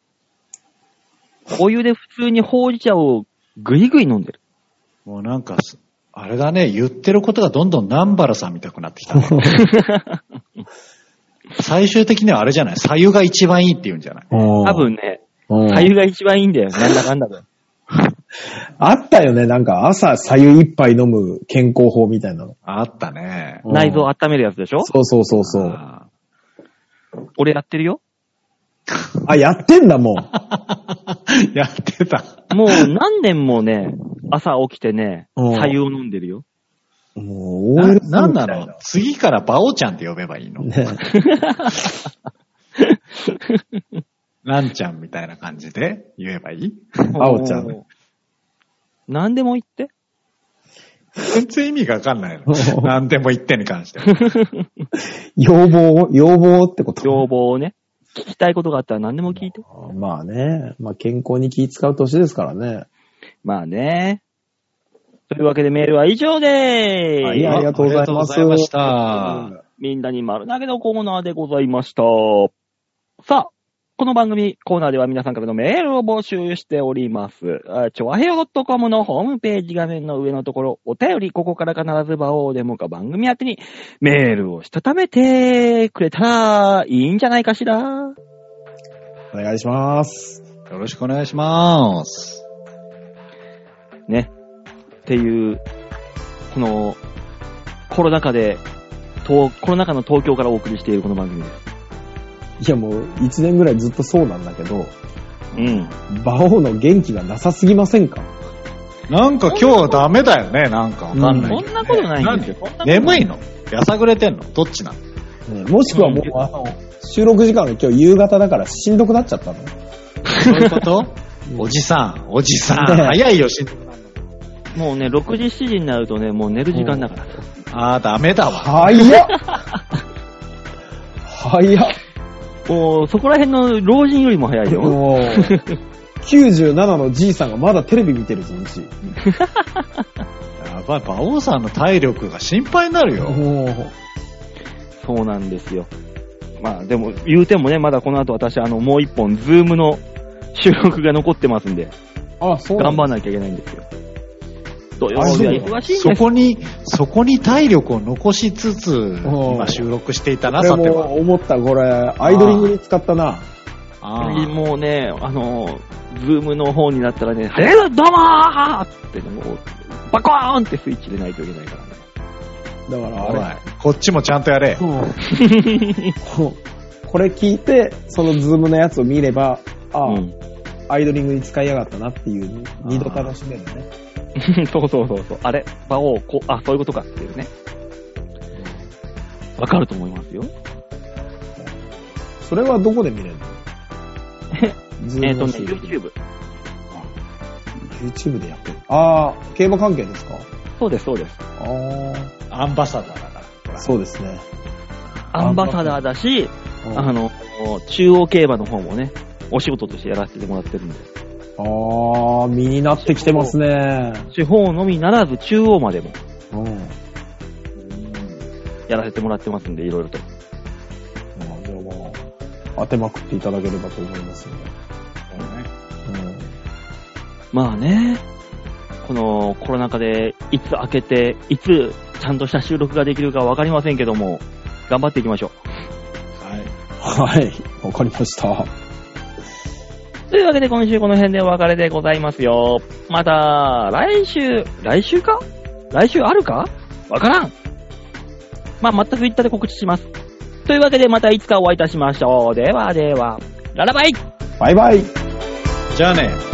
Speaker 2: お湯で普通にほうじ茶をぐいぐい飲んでる。
Speaker 4: もうなんかす、あれだね、言ってることがどんどん南原さんみたくなってきた、ね。最終的にはあれじゃない左右が一番いいって言うんじゃない
Speaker 1: 多
Speaker 2: 多、分ね、
Speaker 1: うん
Speaker 2: 左右が一番いいん だよ。なんだかんだで。
Speaker 1: あったよね。なんか朝、左右一杯飲む健康法みたいなの。
Speaker 4: あったね。
Speaker 1: うん
Speaker 2: 内臓を温めるやつでしょ
Speaker 1: そうそうそうそう。
Speaker 4: あ
Speaker 2: 俺やってるよ。
Speaker 1: あ、やってんだ もん。
Speaker 4: ー やってた。
Speaker 2: もう何年もね、朝起きてね、
Speaker 1: うん
Speaker 2: 左右を飲んでるよ。
Speaker 1: もう、
Speaker 4: な
Speaker 1: OL
Speaker 4: なんな
Speaker 1: みたい
Speaker 4: の次からバオちゃんって呼べばいいの
Speaker 1: ね
Speaker 4: ランちゃんみたいな感じで言えばいい
Speaker 1: 青ちゃん
Speaker 2: もう。何でも言って。
Speaker 4: 全然意味がわかんないの。何でも言ってに関しては。
Speaker 3: 要望を要望ってこと
Speaker 2: 要望をね、聞きたいことがあったら何でも聞いて。
Speaker 3: まあね。まあ健康に気使う年ですからね。
Speaker 2: まあね。というわけでメールは以上で
Speaker 3: はい
Speaker 2: ー
Speaker 3: あ
Speaker 2: す。
Speaker 3: りがとうございます
Speaker 4: ありがとうございました。
Speaker 2: みんなに丸投げのコーナーでございました。さあ、この番組コーナーでは皆さんからのメールを募集しております。あちょわへよ .com のホームページ画面の上のところ、お便り、ここから必ず場をデモか番組宛てにメールをしたためてくれたらいいんじゃないかしら。
Speaker 3: お願いします。
Speaker 4: よろしくお願いします。
Speaker 2: ね。っていう、この、コロナ禍で、とコロナ禍の東京からお送りしているこの番組です。
Speaker 3: いやもう一年ぐらいずっとそうなんだけど、
Speaker 2: うん。
Speaker 3: 馬王の元気がなさすぎませんか
Speaker 4: なんか今日ダメだよね、なんかわかんないけど、ね。
Speaker 2: そんなことないんだよ
Speaker 4: んで眠いのやさぐれてんのどっちなの
Speaker 3: ねもしくはもう、あの、収録時間が今日夕方だからしんどくなっちゃったの。
Speaker 4: そういうこと おじさん、おじさん。早いよ、しん
Speaker 2: もうね、6時、7時になるとね、もう寝る時間だから。
Speaker 4: あー、ダメだわ。
Speaker 3: 早 っ早っ
Speaker 2: もう、そこら辺の老人よりも早いよ。
Speaker 3: もう、97のじいさんがまだテレビ見てるぞ、うち。
Speaker 4: やばい、馬王さんの体力が心配になるよ。
Speaker 3: もう、
Speaker 2: そうなんですよ。まあ、でも、言うてもね、まだこの後私、あの、もう一本、ズームの収録が残ってますんで、
Speaker 3: あ、そう
Speaker 2: 頑張ら
Speaker 3: い。
Speaker 2: なきゃいけないんですよ。土曜日は忙しいん
Speaker 4: そ
Speaker 2: です。
Speaker 4: こに、そこに体力を残しつつ、
Speaker 3: おう
Speaker 4: 今収録していたな、
Speaker 3: 俺
Speaker 4: さては。
Speaker 3: も思った、これ、アイドリングに使ったな。
Speaker 4: あー
Speaker 2: もうね、あの、ズームの方になったらね、早いぞどうもーって、もう、バコーンってスイッチ入れないといけないからね。
Speaker 3: だから、あ
Speaker 4: お
Speaker 3: れ
Speaker 4: い、こっちもちゃんとやれ。
Speaker 3: こうこれ聞いて、そのズームのやつを見れば、あ、
Speaker 2: うん。
Speaker 3: アイドリングに使いやがったなっていう、二度楽しめるね。
Speaker 2: そうそうそうそう。あれ、場をこう、あ、そういうことかっていうね。わかると思いますよ。
Speaker 3: それはどこで見れるのズ
Speaker 2: えっ、
Speaker 3: ー
Speaker 2: と
Speaker 3: ムの
Speaker 2: ね、
Speaker 3: シーン
Speaker 2: YouTube。
Speaker 3: YouTube でやってる。ああ、競馬関係ですか
Speaker 2: そうです、そうです。
Speaker 3: あ
Speaker 4: アンバサダーだから。
Speaker 3: あ、そうですね。
Speaker 2: アンバサダーだし、
Speaker 3: うん
Speaker 2: あの、中央競馬の方もね、お仕事としてやらせてもらってるんで。
Speaker 3: ああ、身になってきてますね。
Speaker 2: 地方のみならず中央までも
Speaker 3: うん。あ
Speaker 2: やらせてもらってますんで、いろいろと。
Speaker 3: じゃあまあ、当てまくっていただければと思いますので。うん。
Speaker 2: まあね、このコロナ禍でいつ開けて、いつちゃんとした収録ができるかわかりませんけども、頑張っていきましょう。
Speaker 4: は
Speaker 3: は
Speaker 4: い。
Speaker 3: い、わかりました。
Speaker 2: というわけで今週この辺でお別れでございますよ。また、来週、来週か来週あるかわからん。まあ、全く Twitter で告知します。というわけでまたいつかお会いいたしましょう。ではでは、ララバイ
Speaker 3: バイバイ
Speaker 4: じゃあね。